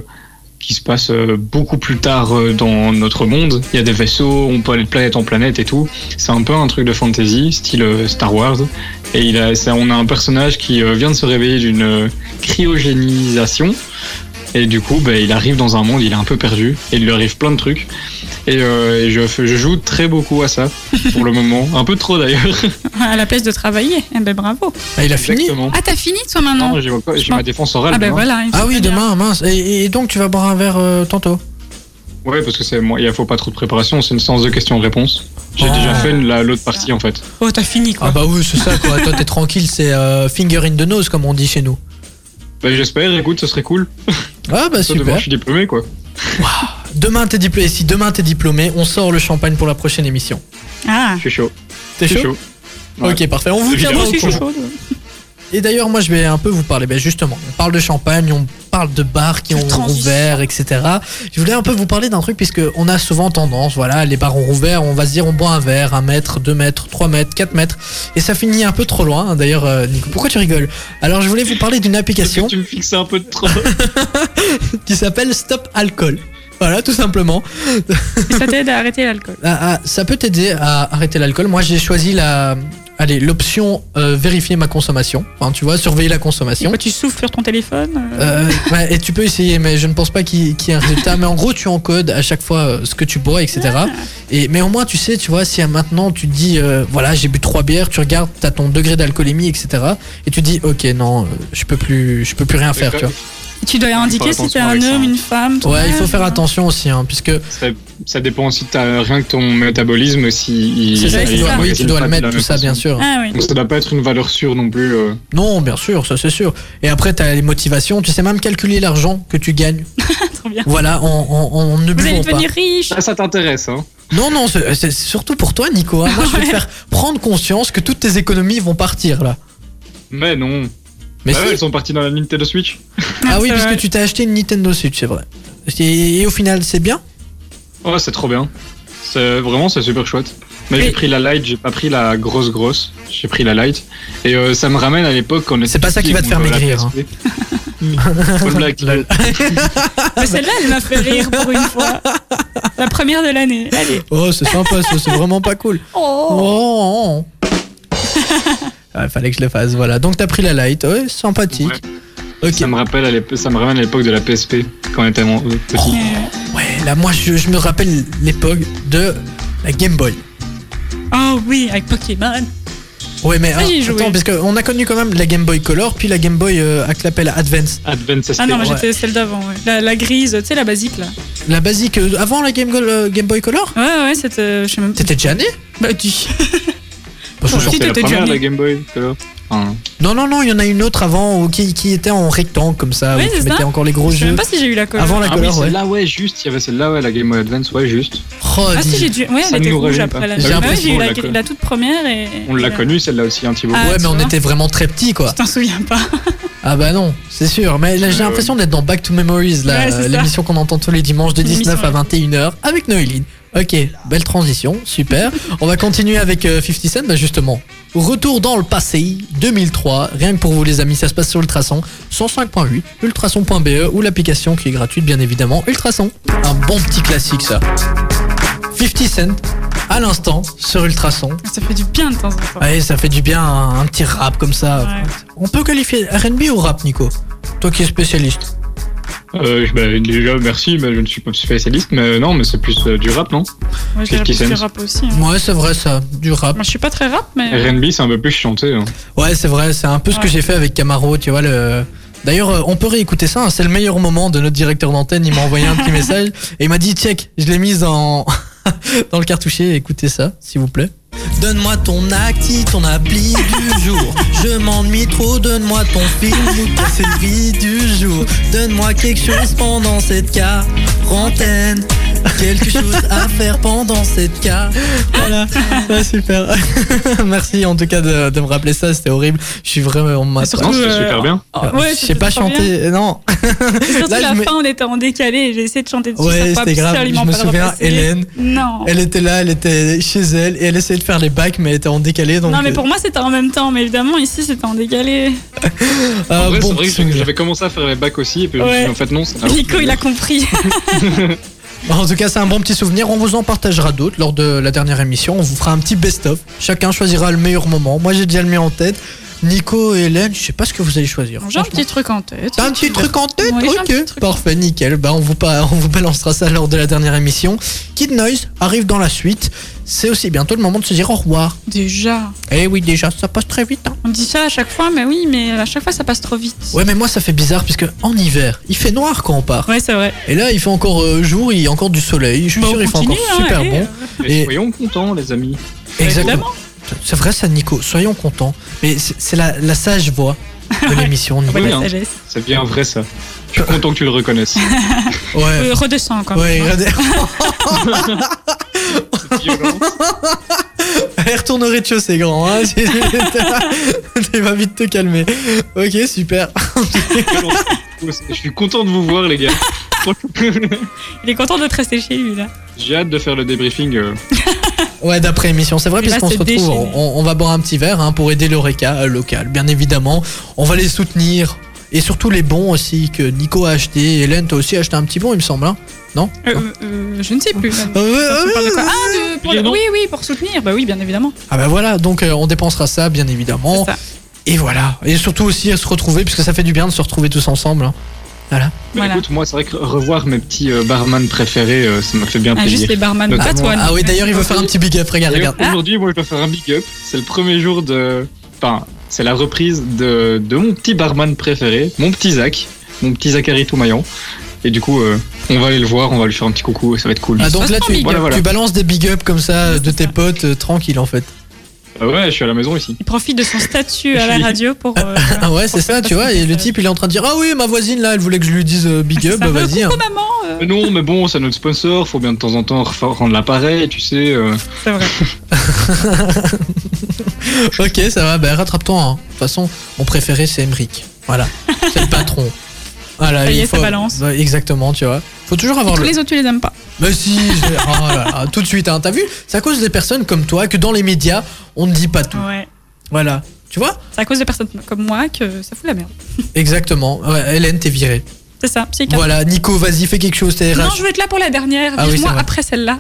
C: qui se passe euh, beaucoup plus tard euh, dans notre monde. Il y a des vaisseaux, on peut aller de planète en planète et tout. C'est un peu un truc de fantasy, style euh, Star Wars. Et il a, ça- on a un personnage qui euh, vient de se réveiller d'une euh, cryogénisation. Et du coup, bah, il arrive dans un monde, il est un peu perdu, et il lui arrive plein de trucs. Et, euh, et je, fais- je joue très beaucoup à ça, (laughs) pour le moment. Un peu trop d'ailleurs.
B: (laughs) À la place de travailler. Eh ben, bravo.
A: Ah, il a fini
C: Exactement.
B: Ah, t'as fini, toi, maintenant
C: Non, j'ai ma- j'ai
B: Je
C: ma
B: pense-
C: défense orale.
B: Ah, ben
C: demain.
B: voilà. il
A: Ah
B: faut
A: oui,
B: bien.
A: demain, mince. Et, et donc, tu vas boire un verre euh, tantôt.
C: Ouais, parce que c'est moi, il faut pas trop de préparation, c'est une séance de questions-réponses. J'ai
A: Ah.
C: déjà fait la- l'autre
B: C'est ça.
C: partie en fait.
B: Oh, t'as fini, quoi.
A: Ah bah oui, c'est ça,
C: (laughs)
A: quoi. toi, t'es tranquille, c'est euh, finger in the nose, comme on dit chez nous.
C: Bah, J'espère, écoute, ce serait cool.
A: Ah bah
C: Ça, Demain,
A: super.
C: je suis diplômé quoi.
A: Demain, t'es diplômé. Si demain, t'es diplômé, on sort le champagne pour la prochaine émission.
B: Ah.
C: Je suis chaud.
A: T'es
C: Je suis
A: chaud
C: chaud. Ouais.
A: Ok, parfait. On vous tiendra au
C: Évidemment. Moi aussi, je
A: courant.
C: suis
A: Et d'ailleurs, moi, je vais un peu vous parler. Ben justement, on parle de champagne, on parle de bars qui
B: De
A: ont
B: transition.
A: rouvert, etc. Je voulais un peu vous parler d'un truc puisque on a souvent tendance, voilà, les bars ont rouvert, on va se dire on boit un verre, un mètre, deux mètres, trois mètres, quatre mètres, et ça finit un peu trop loin. D'ailleurs, euh, Nico, pourquoi tu rigoles Alors, je voulais vous parler d'une
C: Est-ce
A: application
C: que (laughs) tu me fixes un peu de trop
A: qui s'appelle Stop Alcool. Voilà, tout simplement.
B: Et ça t'aide à arrêter l'alcool.
A: Ah, ah, ça peut t'aider à arrêter l'alcool. Moi, j'ai choisi la, allez, l'option euh, vérifier ma consommation. Enfin, tu vois, surveiller la consommation.
B: Quand tu souffles sur ton téléphone. euh,
A: Euh, ouais, et tu peux essayer, mais je ne pense pas qu'il qu'il y ait un résultat. Mais en gros, tu encodes à chaque fois euh, ce que tu bois, etc.
B: Ah.
A: Et, mais au moins, tu sais, tu vois, si euh, maintenant tu te dis, euh, voilà, j'ai bu trois bières, tu regardes, t'as ton degré d'alcoolémie, etc. Et tu dis, ok, non, euh, je peux plus, je peux plus rien faire, tu vois.
B: Tu dois indiquer si t'es
C: attention
B: un
C: avec ça,
B: homme,
C: hein.
B: une femme. ton
A: Ouais, il faut
B: âge,
A: faire
B: hein.
A: attention aussi, hein, puisque
C: Ça, ça dépend aussi de ta, rien que ton métabolisme, si il,
A: c'est ça,
B: vrai,
C: il-
A: tu
B: c'est
A: dois,
B: ça.
A: oui, tu dois
C: il-
A: le
C: il-
A: mettre
C: il-
A: tout ça, bien sûr.
B: Ah oui.
C: Donc ça doit pas être une valeur sûre non plus. euh.
A: Non, bien sûr, ça c'est sûr. Et après, t'as les motivations. Tu sais même calculer l'argent que tu gagnes.
B: (laughs) Trop bien.
A: Voilà, en, en- en ne
B: Vous allez
A: buvant pas.
B: devenir riche.
C: Ça, ça t'intéresse, hein
A: Non, non, c'est c'est surtout pour toi, Nico. hein. Moi, je vais te faire prendre conscience que toutes tes économies vont partir là.
C: Mais non.
A: Mais
C: Bah
A: si.
C: ouais, ils sont partis dans la Nintendo Switch.
A: ah oui,
B: C'est
A: puisque
B: vrai.
A: tu t'es acheté une Nintendo Switch, c'est vrai. Et, et au final, c'est bien.
C: Oh, c'est trop bien. C'est vraiment, c'est super chouette. Mais j'ai
B: Et-
C: pris la light, j'ai pas pris la grosse grosse. J'ai pris la light. Et euh, ça me ramène à l'époque quand on était
A: C'est pas ça qui va te
C: petits,
A: faire
C: on, euh, la
A: maigrir, hein.
C: PSP.
A: (laughs)
C: Bonne blague.
B: Mais celle-là, elle m'a fait rire pour une fois. La première de l'année. Allez.
A: Oh, c'est sympa, ça, c'est vraiment pas cool.
B: Oh.
A: Oh. Ah, fallait que je le fasse, voilà. Donc t'as pris la light, ouais, sympathique. Ok.
C: Ça me rappelle à l'époque- ça me ramène à l'époque de la PSP quand on était en- euh,
A: Oh.
C: petit.
B: Euh,
A: Ouais, là moi je, je me rappelle l'époque de la Game Boy.
B: Oh oui, avec Pokémon.
A: Ouais, mais
B: Ça, j'y ai joué.
A: attends, parce qu'on a connu quand même la Game Boy Color, puis la Game Boy euh, avec l'appel Advance.
C: Advance SP.
B: Ah non, mais
A: Ouais.
B: j'étais celle d'avant. ouais. La, la grise, tu sais, la basique là.
A: La basique euh, avant la Game, Go- euh, Game Boy Color
B: Ouais, ouais, c'était. Je sais même
A: T'étais déjà né
B: Bah, dis.
A: (laughs) Parce que
B: Ouais.
A: genre,
B: Si,
C: c'était la
B: t'étais déjà
C: première
B: né.
C: la Game Boy Color. Enfin,
A: Non, non, non, il y en a une autre avant euh, qui, qui était en rectangle comme ça.
B: Oui,
A: où tu
B: c'est
A: mettais
B: ça.
A: encore les gros
B: Je sais
A: jeux.
B: même pas si j'ai eu la colle.
A: Avant la
C: ah
A: couleur,
C: oui,
A: ouais.
C: celle-là, ouais, juste. Il y avait celle-là, ouais, la Game Boy Advance, ouais, juste.
A: Oh,
B: Ah si,
A: dis-
B: j'ai dû. Ouais,
C: Ça
B: elle était
C: nous
B: rouge
C: revient
B: après
C: pas.
B: la.
A: J'ai
B: Ah ouais,
A: l'impression
B: j'ai eu
C: qu'on
B: la,
C: l'a connu.
B: la toute première et.
C: On l'a
B: et la-
C: connue, celle-là aussi, hein, un petit peu.
B: Ah,
A: Ouais,
B: tu
A: mais on
B: vois.
A: était vraiment très petits quoi.
B: Je t'en souviens pas.
A: Ah bah non, c'est sûr. Mais là, j'ai
C: Ouais,
A: l'impression d'être dans Back to Memories, là,
B: Euh, Ouais, c'est
A: euh,
B: ça.
A: l'émission qu'on entend tous les dimanches de
B: L'émission,
A: 19 à 21h avec Noéline. Ok, belle transition, super. On va continuer avec euh, 50 Cent, bah justement. Retour dans le passé, 2003, rien que pour vous les amis, ça se passe sur Ultrason, 105.8, ultrason.be E ou l'application qui est gratuite bien évidemment, Ultrason. Un bon petit classique ça. 50 Cent, à l'instant, sur Ultrason.
B: Ça fait du bien de temps en temps.
A: Ouais, ça fait du bien hein, un, un petit rap comme ça.
B: Ouais.
A: On peut qualifier RB ou rap, Nico Toi qui es spécialiste.
C: Euh, je- bah, déjà, merci, mais je ne suis pas spécialiste, mais non, mais c'est plus euh, du rap, non
B: Moi, j'ai
C: 50
B: l'impression
C: Cent.
B: rap aussi. hein.
A: Ouais, c'est vrai ça, du rap.
B: Moi, je suis pas très rap, mais. euh,
C: RB, c'est un peu plus chanté. hein.
A: Ouais, c'est vrai, c'est un peu ce que
B: Ouais.
A: j'ai fait avec Camaro, tu vois. Le... D'ailleurs, euh, on peut réécouter ça, hein, c'est le meilleur moment de notre directeur d'antenne. Il m'a envoyé (laughs) un petit message et il m'a dit check, je l'ai mise en. dans (laughs) le cartouchier, écoutez ça, s'il vous plaît. Donne-moi ton acti, ton appli (laughs) du jour. Je m'ennuie trop, donne-moi ton film ou ta série du jour. Donne-moi quelque chose pendant cette quarantaine. Quelque chose à faire pendant cette quarantaine. Voilà, Ouais, super. (laughs) Merci en tout cas de, de me rappeler ça, c'était horrible. Je suis vraiment. on m'a-
B: Et surtout,
C: Non, c'était
B: euh,
C: super bien.
B: Ah, ouais,
A: je sais pas
B: c'était trop
A: chanter, non.
B: Et Surtout
A: Là, je
B: la
A: me-
B: fin, on était en décalé et j'ai essayé de chanter dessus.
A: Ouais,
B: ça
A: c'était
B: ne
A: grave.
B: absolument
A: Je me
B: pas le
A: souviens,
B: repasser.
A: Hélène,
B: Non.
A: elle était là, elle était chez elle et elle essayait de faire les bacs, mais elle était en décalé. Donc euh,
B: Non, mais pour moi, c'était en même temps. Mais évidemment, ici, c'était en décalé.
A: Ah,
C: en vrai,
A: bon,
C: c'est vrai
A: petit
C: que
A: souvenir.
C: j'ai- j'avais commencé à faire les bacs aussi, et puis je me suis
B: Ouais.
C: dit, en fait, non, c'est un autre
B: Nico, il
A: (laughs)
B: a compris.
A: En tout cas, c'est un bon petit souvenir. On vous en partagera d'autres lors de la dernière émission. On vous fera un petit best-of. Chacun choisira le meilleur moment. Moi, j'ai déjà le mien en tête. Nico et Hélène, je sais pas ce que vous allez choisir.
B: J'ai un
A: franchement.
B: petit truc en tête.
A: T'as un petit truc en tête
B: Ouais, j'ai un petit
A: Ok,
B: truc.
A: parfait, nickel. Bah, on, vous pa- on vous balancera ça lors de la dernière émission. Kid Noise arrive dans la suite. C'est aussi bientôt le moment de se dire au revoir.
B: Déjà.
A: Eh oui, déjà, ça passe très vite. hein.
B: On dit ça à chaque fois, mais oui, mais à chaque fois, ça passe trop vite.
A: Ouais, mais moi, ça fait bizarre puisque en hiver, il fait noir quand on part.
B: Ouais, c'est vrai.
A: Et là, il fait encore euh, jour, il y a encore du soleil. Je suis
B: Bah, on
A: sûr, il fait
B: continue,
A: encore
B: hein,
A: super
B: allez,
A: bon.
B: euh,
C: Mais
A: Et-
C: soyons contents, les amis.
A: Exactement.
B: évidemment.
A: C'est vrai, ça, Nico. Soyons contents. Mais c'est c'est la, la sage voix de l'émission, Nico.
B: ouais,
C: Oui,
B: la
C: hein.
B: sagesse.
C: C'est bien vrai, ça. Je suis content que tu le reconnaisses.
A: Ouais.
B: Euh, redescends encore.
A: Ouais, regardez.
C: Violent.
A: (laughs) Elle retourne au rez-de-chaussée, grand. Hein. (laughs) tu vas vite te calmer. Ok, super.
C: Je suis content de vous voir, les gars. (laughs)
B: Il est content d'être resté chez lui, là.
C: J'ai hâte de faire le débriefing. euh.
A: Ouais, d'après émission, c'est vrai,
B: Il va
A: puisqu'on
B: se
A: se retrouve,
B: déchaîner.
A: on, on va boire un petit verre hein, pour aider l'ORECA euh, local, bien évidemment. On va les soutenir. Et surtout les bons aussi que Nico a acheté. Hélène, t'as aussi acheté un petit bon, il me semble. Hein non
B: Euh, euh, je ne sais plus. même.
A: Euh, euh,
B: Tu parles de quoi Ah, de- pour le-
C: Les noms.
B: oui, oui, pour soutenir. Bah oui, bien évidemment.
A: Ah bah voilà, donc euh, on dépensera ça, bien évidemment.
B: C'est ça.
A: Et voilà. Et surtout aussi à se retrouver, puisque ça fait du bien de se retrouver tous ensemble. hein.
C: Mais
B: Voilà.
C: écoute, moi, c'est vrai que revoir mes petits euh, barman préférés, euh, ça m'a fait bien
B: Ah, juste
C: plaisir.
B: les barman,
C: Notamment-
B: pas toi.
A: Ah
B: non.
A: oui, d'ailleurs, il veut faire un petit big up. Regarde,
C: Et
A: regarde.
C: Aujourd'hui, moi, je dois faire un big up. C'est le premier jour de. Enfin, c'est la reprise de, de mon petit barman préféré, mon petit Zach, mon petit Zachary Toumaillon. Et du coup, euh, on va aller le voir, on va lui faire un petit coucou, ça va être cool.
A: Ah donc là, tu,
B: Big up.
C: Voilà, voilà.
A: tu balances des big up comme ça de tes potes, euh, tranquille en fait.
C: Ah ouais, je suis à la maison ici.
B: Il profite de son statut à
C: Je
B: la
C: suis-
B: radio pour. euh,
A: (laughs) Ah ouais,
B: pour
A: c'est ça,
B: faire
A: tu vois.
B: passer
A: Et le
B: message.
A: type, il est en train de dire Ah oui, ma voisine là, elle voulait que je lui dise euh, big
B: Ah,
A: up,
B: ça
A: bah
B: va,
A: vas-y. hein.
B: Coucou maman. euh,
C: Mais non, mais bon, c'est notre sponsor, faut bien de temps en temps refa- rendre l'appareil, tu sais. euh.
B: C'est vrai.
A: Ok, ça va, bah rattrape-toi. hein. De toute façon, mon préféré, c'est Emric. Voilà, c'est le patron. Voilà,
B: Ça y
A: il
B: est, ça
A: faut-
B: balance.
A: Ouais, Exactement, tu vois. Faut toujours avoir
B: Tous
A: le.
B: les autres, tu les aimes pas.
A: Mais si, je-
B: (laughs)
A: oh là là, tout de suite, hein. t'as vu C'est à cause des personnes comme toi que dans les médias, on ne dit pas tout.
B: Ouais.
A: Voilà, tu vois
B: C'est à cause de personnes comme moi que ça fout la merde.
A: Exactement. Ouais, Hélène, t'es virée.
B: C'est ça, c'est carré.
A: Voilà, Nico, vas-y, fais quelque chose, t'es RH.
B: Non, je veux être là pour la dernière.
A: Ah oui,
B: Dis-moi
A: c'est vrai.
B: après celle-là.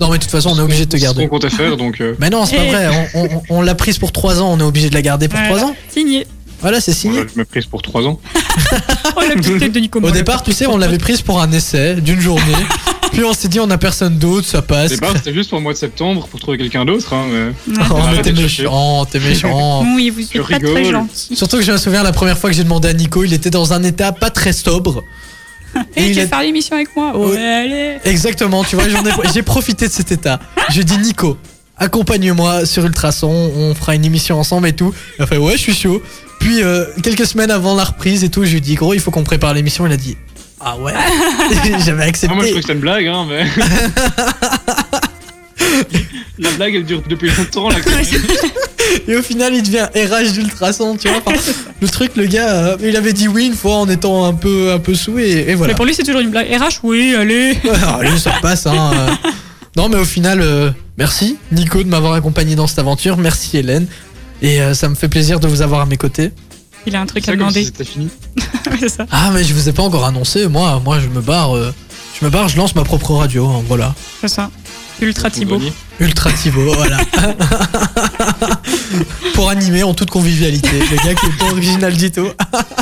A: Non, mais de toute façon, on est obligé de te
C: C'est ce
A: garder.
C: qu'on comptait faire,
A: (laughs)
C: donc. euh,
A: Mais non, c'est pas
B: Eh.
A: vrai, on, on- on l'a prise pour 3 ans, on est obligé de la garder pour 3 ans.
B: Signé.
A: Voilà, c'est signé.
C: Bon, là, je me prise pour 3 ans.
A: Ah,
B: Oh, la petite tête de
A: (laughs)
B: Nico.
A: Au
B: Moll.
A: départ, tu sais, on l'avait prise pour un essai d'une
B: (laughs)
A: journée. Puis on s'est dit, on a personne d'autre, ça passe.
C: C'est pas, c'était juste pour le mois de septembre pour trouver quelqu'un d'autre. Hein, mais-
B: Ouais.
A: Oh, mais
C: Arrête
A: t'es
C: de chercher.
A: méchant, t'es méchant.
B: Oui, vous
C: Je
B: êtes pas très
C: rigole.
B: gentil.
A: Surtout que je me souviens, la première fois que j'ai demandé à Nico, il était dans un état pas très sobre.
B: Et
A: il
B: tu
A: a-
B: veux faire l'émission avec moi
A: Oui.
B: Ouais, allez.
A: Exactement, tu vois, j'en ai- j'ai profité de cet état. Je dis Nico. accompagne-moi sur Ultrason, on fera une émission ensemble et tout. Il a fait ouais, je suis chaud. Puis euh, quelques semaines avant la reprise et tout, je lui dis gros, il faut qu'on prépare l'émission. Il a dit ah
B: (laughs)
A: ouais, j'avais accepté.
C: Ah, moi je trouve que c'est une blague, hein, mais. La blague elle dure depuis longtemps là quand même.
A: Et au final, il devient RH d'ultrason, tu vois. Enfin, le truc, le gars, euh, il avait dit oui une fois en étant un peu, un peu sous et, et voilà.
B: Mais pour lui, c'est toujours une blague. RH, oui, allez.
A: (laughs) Ah, allez, ça passe, hein. euh. Non, mais au final, euh, merci Nico de m'avoir accompagné dans cette aventure. Merci Hélène. Et euh, ça me fait plaisir de vous avoir à mes côtés.
B: Il a un truc
C: C'est
B: à
C: ça, comme si
B: demander.
C: c'était fini.
B: (laughs) C'est ça.
A: Ah, mais je vous ai pas encore annoncé. Moi, moi, je me barre. euh, je me barre. Je lance ma propre radio. hein, voilà.
B: C'est ça. Ultra Thibaut.
A: Ultra Thibaut, (laughs) voilà. Pour animer en toute convivialité. Le gars qui est pas original du tout.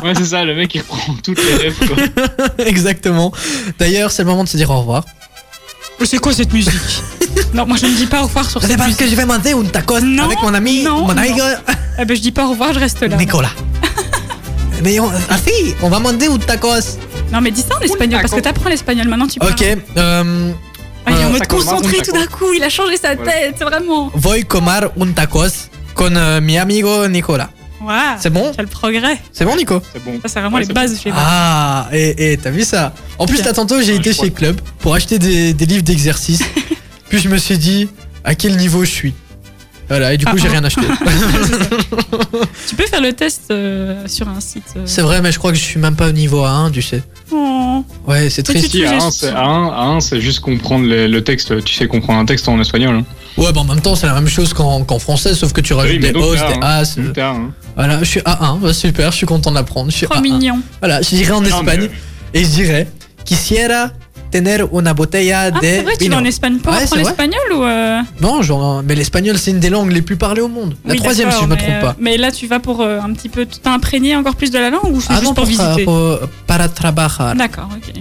C: Ouais, c'est ça, le mec il reprend toutes les rêves quoi.
A: (laughs) Exactement. D'ailleurs, c'est le moment de se dire au revoir.
B: C'est quoi
A: (laughs)
B: cette musique Non, moi je ne dis pas au revoir sur
A: C'est
B: cette
A: parce
B: musique.
A: que je vais monter une tacos
B: Non,
A: avec mon ami,
B: non,
A: mon
B: non.
A: ami
B: Ah ben, je dis pas au revoir, je reste là. (laughs)
A: Nicolas. Mais on, ah si, on va monter une tacos.
B: Non, mais dis ça en espagnol parce que t'apprends l'espagnol maintenant, tu parles.
A: Ok, euh,
B: Ah, il est en
A: Euh,
B: mode
C: ça commence,
B: concentré
C: ça
B: tout d'un coup, il a changé sa
C: Voilà.
B: tête, c'est vraiment.
A: voy comer un tacos con euh, mi amigo Nicolas.
B: Waouh.
A: C'est bon
B: Quel progrès.
A: C'est bon Nico
C: C'est bon.
B: Ça, Ah, c'est vraiment
C: Ouais,
B: les
C: c'est
B: bases chez moi.
A: Ah, et et t'as vu ça En plus,
B: Ok.
A: là, tantôt, j'ai
C: Ouais,
A: été
C: Ah, je
A: chez
C: crois.
A: Club pour acheter des, des livres
B: (laughs)
A: d'exercice. Puis je me suis dit, à quel niveau je suis Voilà, et du coup,
B: Ah,
A: j'ai
B: ah.
A: rien acheté. Ah.
B: Tu peux faire le test euh, sur un site. euh.
A: C'est vrai, mais je crois que je suis même pas au niveau 1, tu sais.
B: Oh.
A: Ouais, c'est
B: Mais tu
A: triste.
C: Si, à un,
B: gestes.
C: c'est- à un- à un, c'est juste comprendre le, le texte. Tu sais comprendre un texte en espagnol. Hein.
A: Ouais, bah en même temps, c'est la même chose qu'en qu'en français, sauf que tu rajoutes
C: mais
A: des
C: donc,
A: os,
C: là,
A: des as. euh,
C: C'est tard, hein.
A: Voilà, je suis A1, bah, super, je suis content d'apprendre. Je suis
B: Trop
A: A1.
B: Oh, mignon.
A: Voilà, je dirais en
C: Non, Ah, mais, euh,
A: Espagne, et je dirais Quisiera tener una botella
B: Ah, c'est
A: de.
B: vrai, tu vas
A: vino.
B: en Espagne pour
A: Ouais,
B: apprendre
A: c'est vrai.
B: l'espagnol ou. euh,
A: Non, genre, mais l'espagnol, c'est une des langues les plus parlées au monde. La
B: oui,
A: troisième, si
B: d'accord,
A: je me
B: mais,
A: trompe
B: euh,
A: pas.
B: Mais là, tu vas pour euh, un petit peu t'imprégner encore plus de la langue ou c'est juste pour
A: tra-
B: visiter
A: Ah pour- para trabajar.
B: D'accord, ok.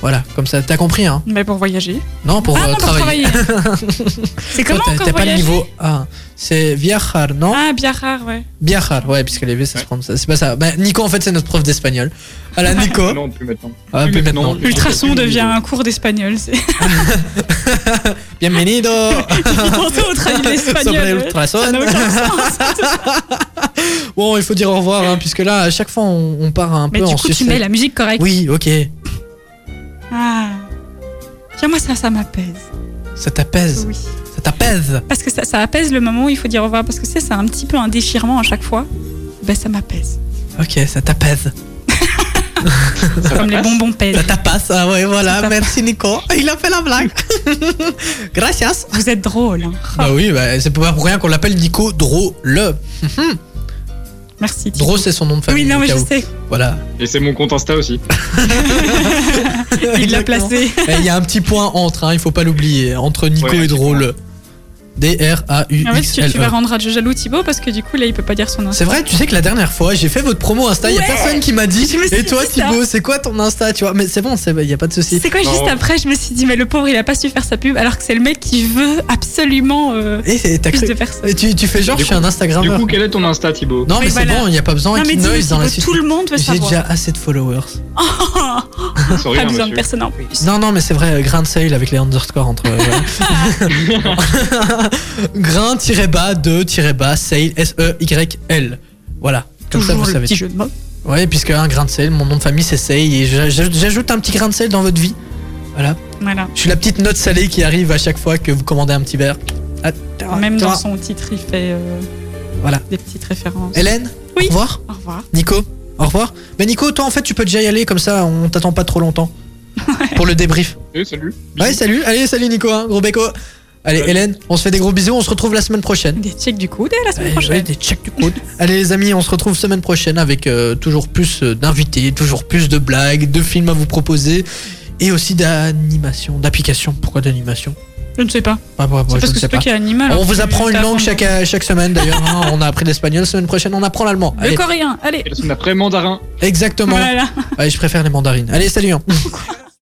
A: Voilà, comme ça, t'as compris, hein
B: Mais pour voyager.
A: Non, pour
B: ah
A: euh,
B: non, pour
A: travailler.
B: travailler.
A: (laughs)
B: c'est
A: Toi,
B: comment
A: t'as-
B: encore
A: T'as pas le
B: voyager
A: niveau A. C'est viajar, non
B: Ah, bien rare, ouais.
A: Viajar, ouais, puisque les V, ça se
C: Ouais.
A: prend. ça- C'est pas ça. Bah, Nico, en fait, c'est notre prof d'espagnol.
C: (laughs)
A: Voilà, Nico.
C: Non, plus maintenant.
A: Ah, plus maintenant.
B: Ultrason devient un cours d'espagnol.
A: (laughs)
B: C'est (laughs)
A: Bienvenido
B: plutôt au travail de
A: Sobre
B: l'espagnol.
A: Ultrason.
B: hein. Ça n'a
A: (laughs)
B: aucun sens.
A: Bon, il faut dire au revoir, hein, puisque là, à chaque fois, on, on part un
B: Mais
A: peu
B: du
A: en
B: coup, tu
A: sucette.
B: mets la musique correcte.
A: Oui, ok.
B: Ah. Tiens, moi, ça, ça m'apaise.
A: Ça t'apaise.
B: Oui.
A: Ça t'apaise.
B: Parce que ça, ça apaise le moment où il faut dire au revoir. Parce que c'est, c'est un petit peu un déchirement à chaque fois. Ben, ça m'apaise.
A: Ok, ça t'apaise.
B: Comme les bonbons pèsent.
A: Ça t'apasse. Ah ouais,
B: Ça
A: voilà.
B: t'apaise.
A: Merci, Nico. Ah, Il a fait la
B: (laughs)
A: blague. Gracias.
B: Vous êtes drôle. hein.
A: Bah oui, bah, c'est pas pour rien qu'on l'appelle Nico Drôle.
B: Merci. Thibaut.
A: Drôle, c'est son nom de famille.
B: Oui, non,
A: au
B: mais
A: cas
B: je
A: où.
B: sais.
A: Voilà.
C: Et c'est mon compte Insta aussi.
B: (laughs) Il l'a
A: Exactement.
B: placé.
A: Et Il y a un petit point entre, hein, il faut pas l'oublier, entre Nico
C: Ouais,
A: et Drôle. E.
B: En fait, Ah tu, tu
A: D-R-A-U-X-L-E.
B: vas rendre jaloux Thibaut parce que du coup, là, il peut pas dire son nom.
A: C'est vrai, tu sais que la dernière fois, j'ai fait votre promo Insta, il y a
B: Ouais.
A: personne qui m'a dit.
B: Je me suis
A: Et toi,
B: dit ça.
A: Thibaut, c'est quoi ton Insta Tu vois, mais c'est bon, c'est- il y a pas de souci.
B: C'est quoi,
C: Non.
B: juste après, je me suis dit, mais le pauvre, il a pas su faire sa pub alors que c'est le mec qui veut absolument euh,
A: Et c'est- t'as
B: plus
A: cru-
B: de personnes.
A: Et tu, tu fais genre,
C: Du
A: je suis un
C: Du
A: Instagrammeur.
C: coup, quel est ton
B: (laughs)
C: Insta, Thibaut
A: non, mais
B: Oui,
A: c'est
B: voilà.
A: bon, il n'y a pas besoin.
B: Non,
A: Et
B: mais dis
A: Kinoise dans la suite.
B: tout le monde veut
A: J'ai
B: savoir. (laughs) Ah,
A: déjà assez de followers.
C: Sorry,
B: Pas besoin
C: hein,
B: de
C: monsieur.
B: personne en plus.
A: Non, non, mais c'est vrai, euh, grain de sale avec les underscores entre. (laughs) euh, Grain-bas, 2-bas, sale, S-E-Y-L. Voilà. Comme ça,
B: Toujours
A: vous
B: le
A: savez.
B: petit jeu de mots.
A: Ouais, puisque un grain de sel, mon nom de famille c'est Sey, et j'a- j'a- j'ajoute un petit grain de sel dans votre vie.
B: Voilà.
A: Je suis la petite note salée qui arrive à chaque fois que vous commandez un petit verre. Ah, toi,
B: Même
A: toi.
B: dans son titre, il fait euh,
A: Voilà.
B: des petites références.
A: Hélène
B: Oui.
A: Au revoir.
B: Au revoir.
A: Nico Au revoir. Mais Nico, toi en fait, tu peux déjà y aller comme ça, on t'attend pas trop longtemps. Pour le débrief.
C: Eh, salut.
A: Ouais, salut. Allez, salut Nico, hein, gros béco. Allez,
C: Salut.
A: Hélène, on se fait des gros bisous, on se retrouve la semaine prochaine.
B: Des checks du coude et la semaine
A: Ouais, ouais,
B: prochaine.
A: des checks du coude. Allez les amis, on se retrouve semaine prochaine avec euh, toujours plus euh, d'invités, toujours plus de blagues, de films à vous proposer et aussi d'animation, d'application. Pourquoi d'animation
B: Je ne sais pas.
A: Ah, bah, bah,
B: c'est
A: je
B: parce
A: ne
B: que
A: sais
B: c'est toi
A: pas.
B: qui es animal.
A: On
B: alors
A: vous
B: tu-
A: apprend une
B: t'as
A: langue
B: fond-
A: chaque, euh, chaque semaine d'ailleurs.
B: (laughs)
A: hein. On a appris l'espagnol, semaine prochaine on apprend l'allemand.
B: Le
A: Allez,
B: coréen, allez.
C: Et la semaine après, mandarin.
A: exactement.
B: Voilà.
A: Ouais, je préfère les mandarines. Allez, salut. hein.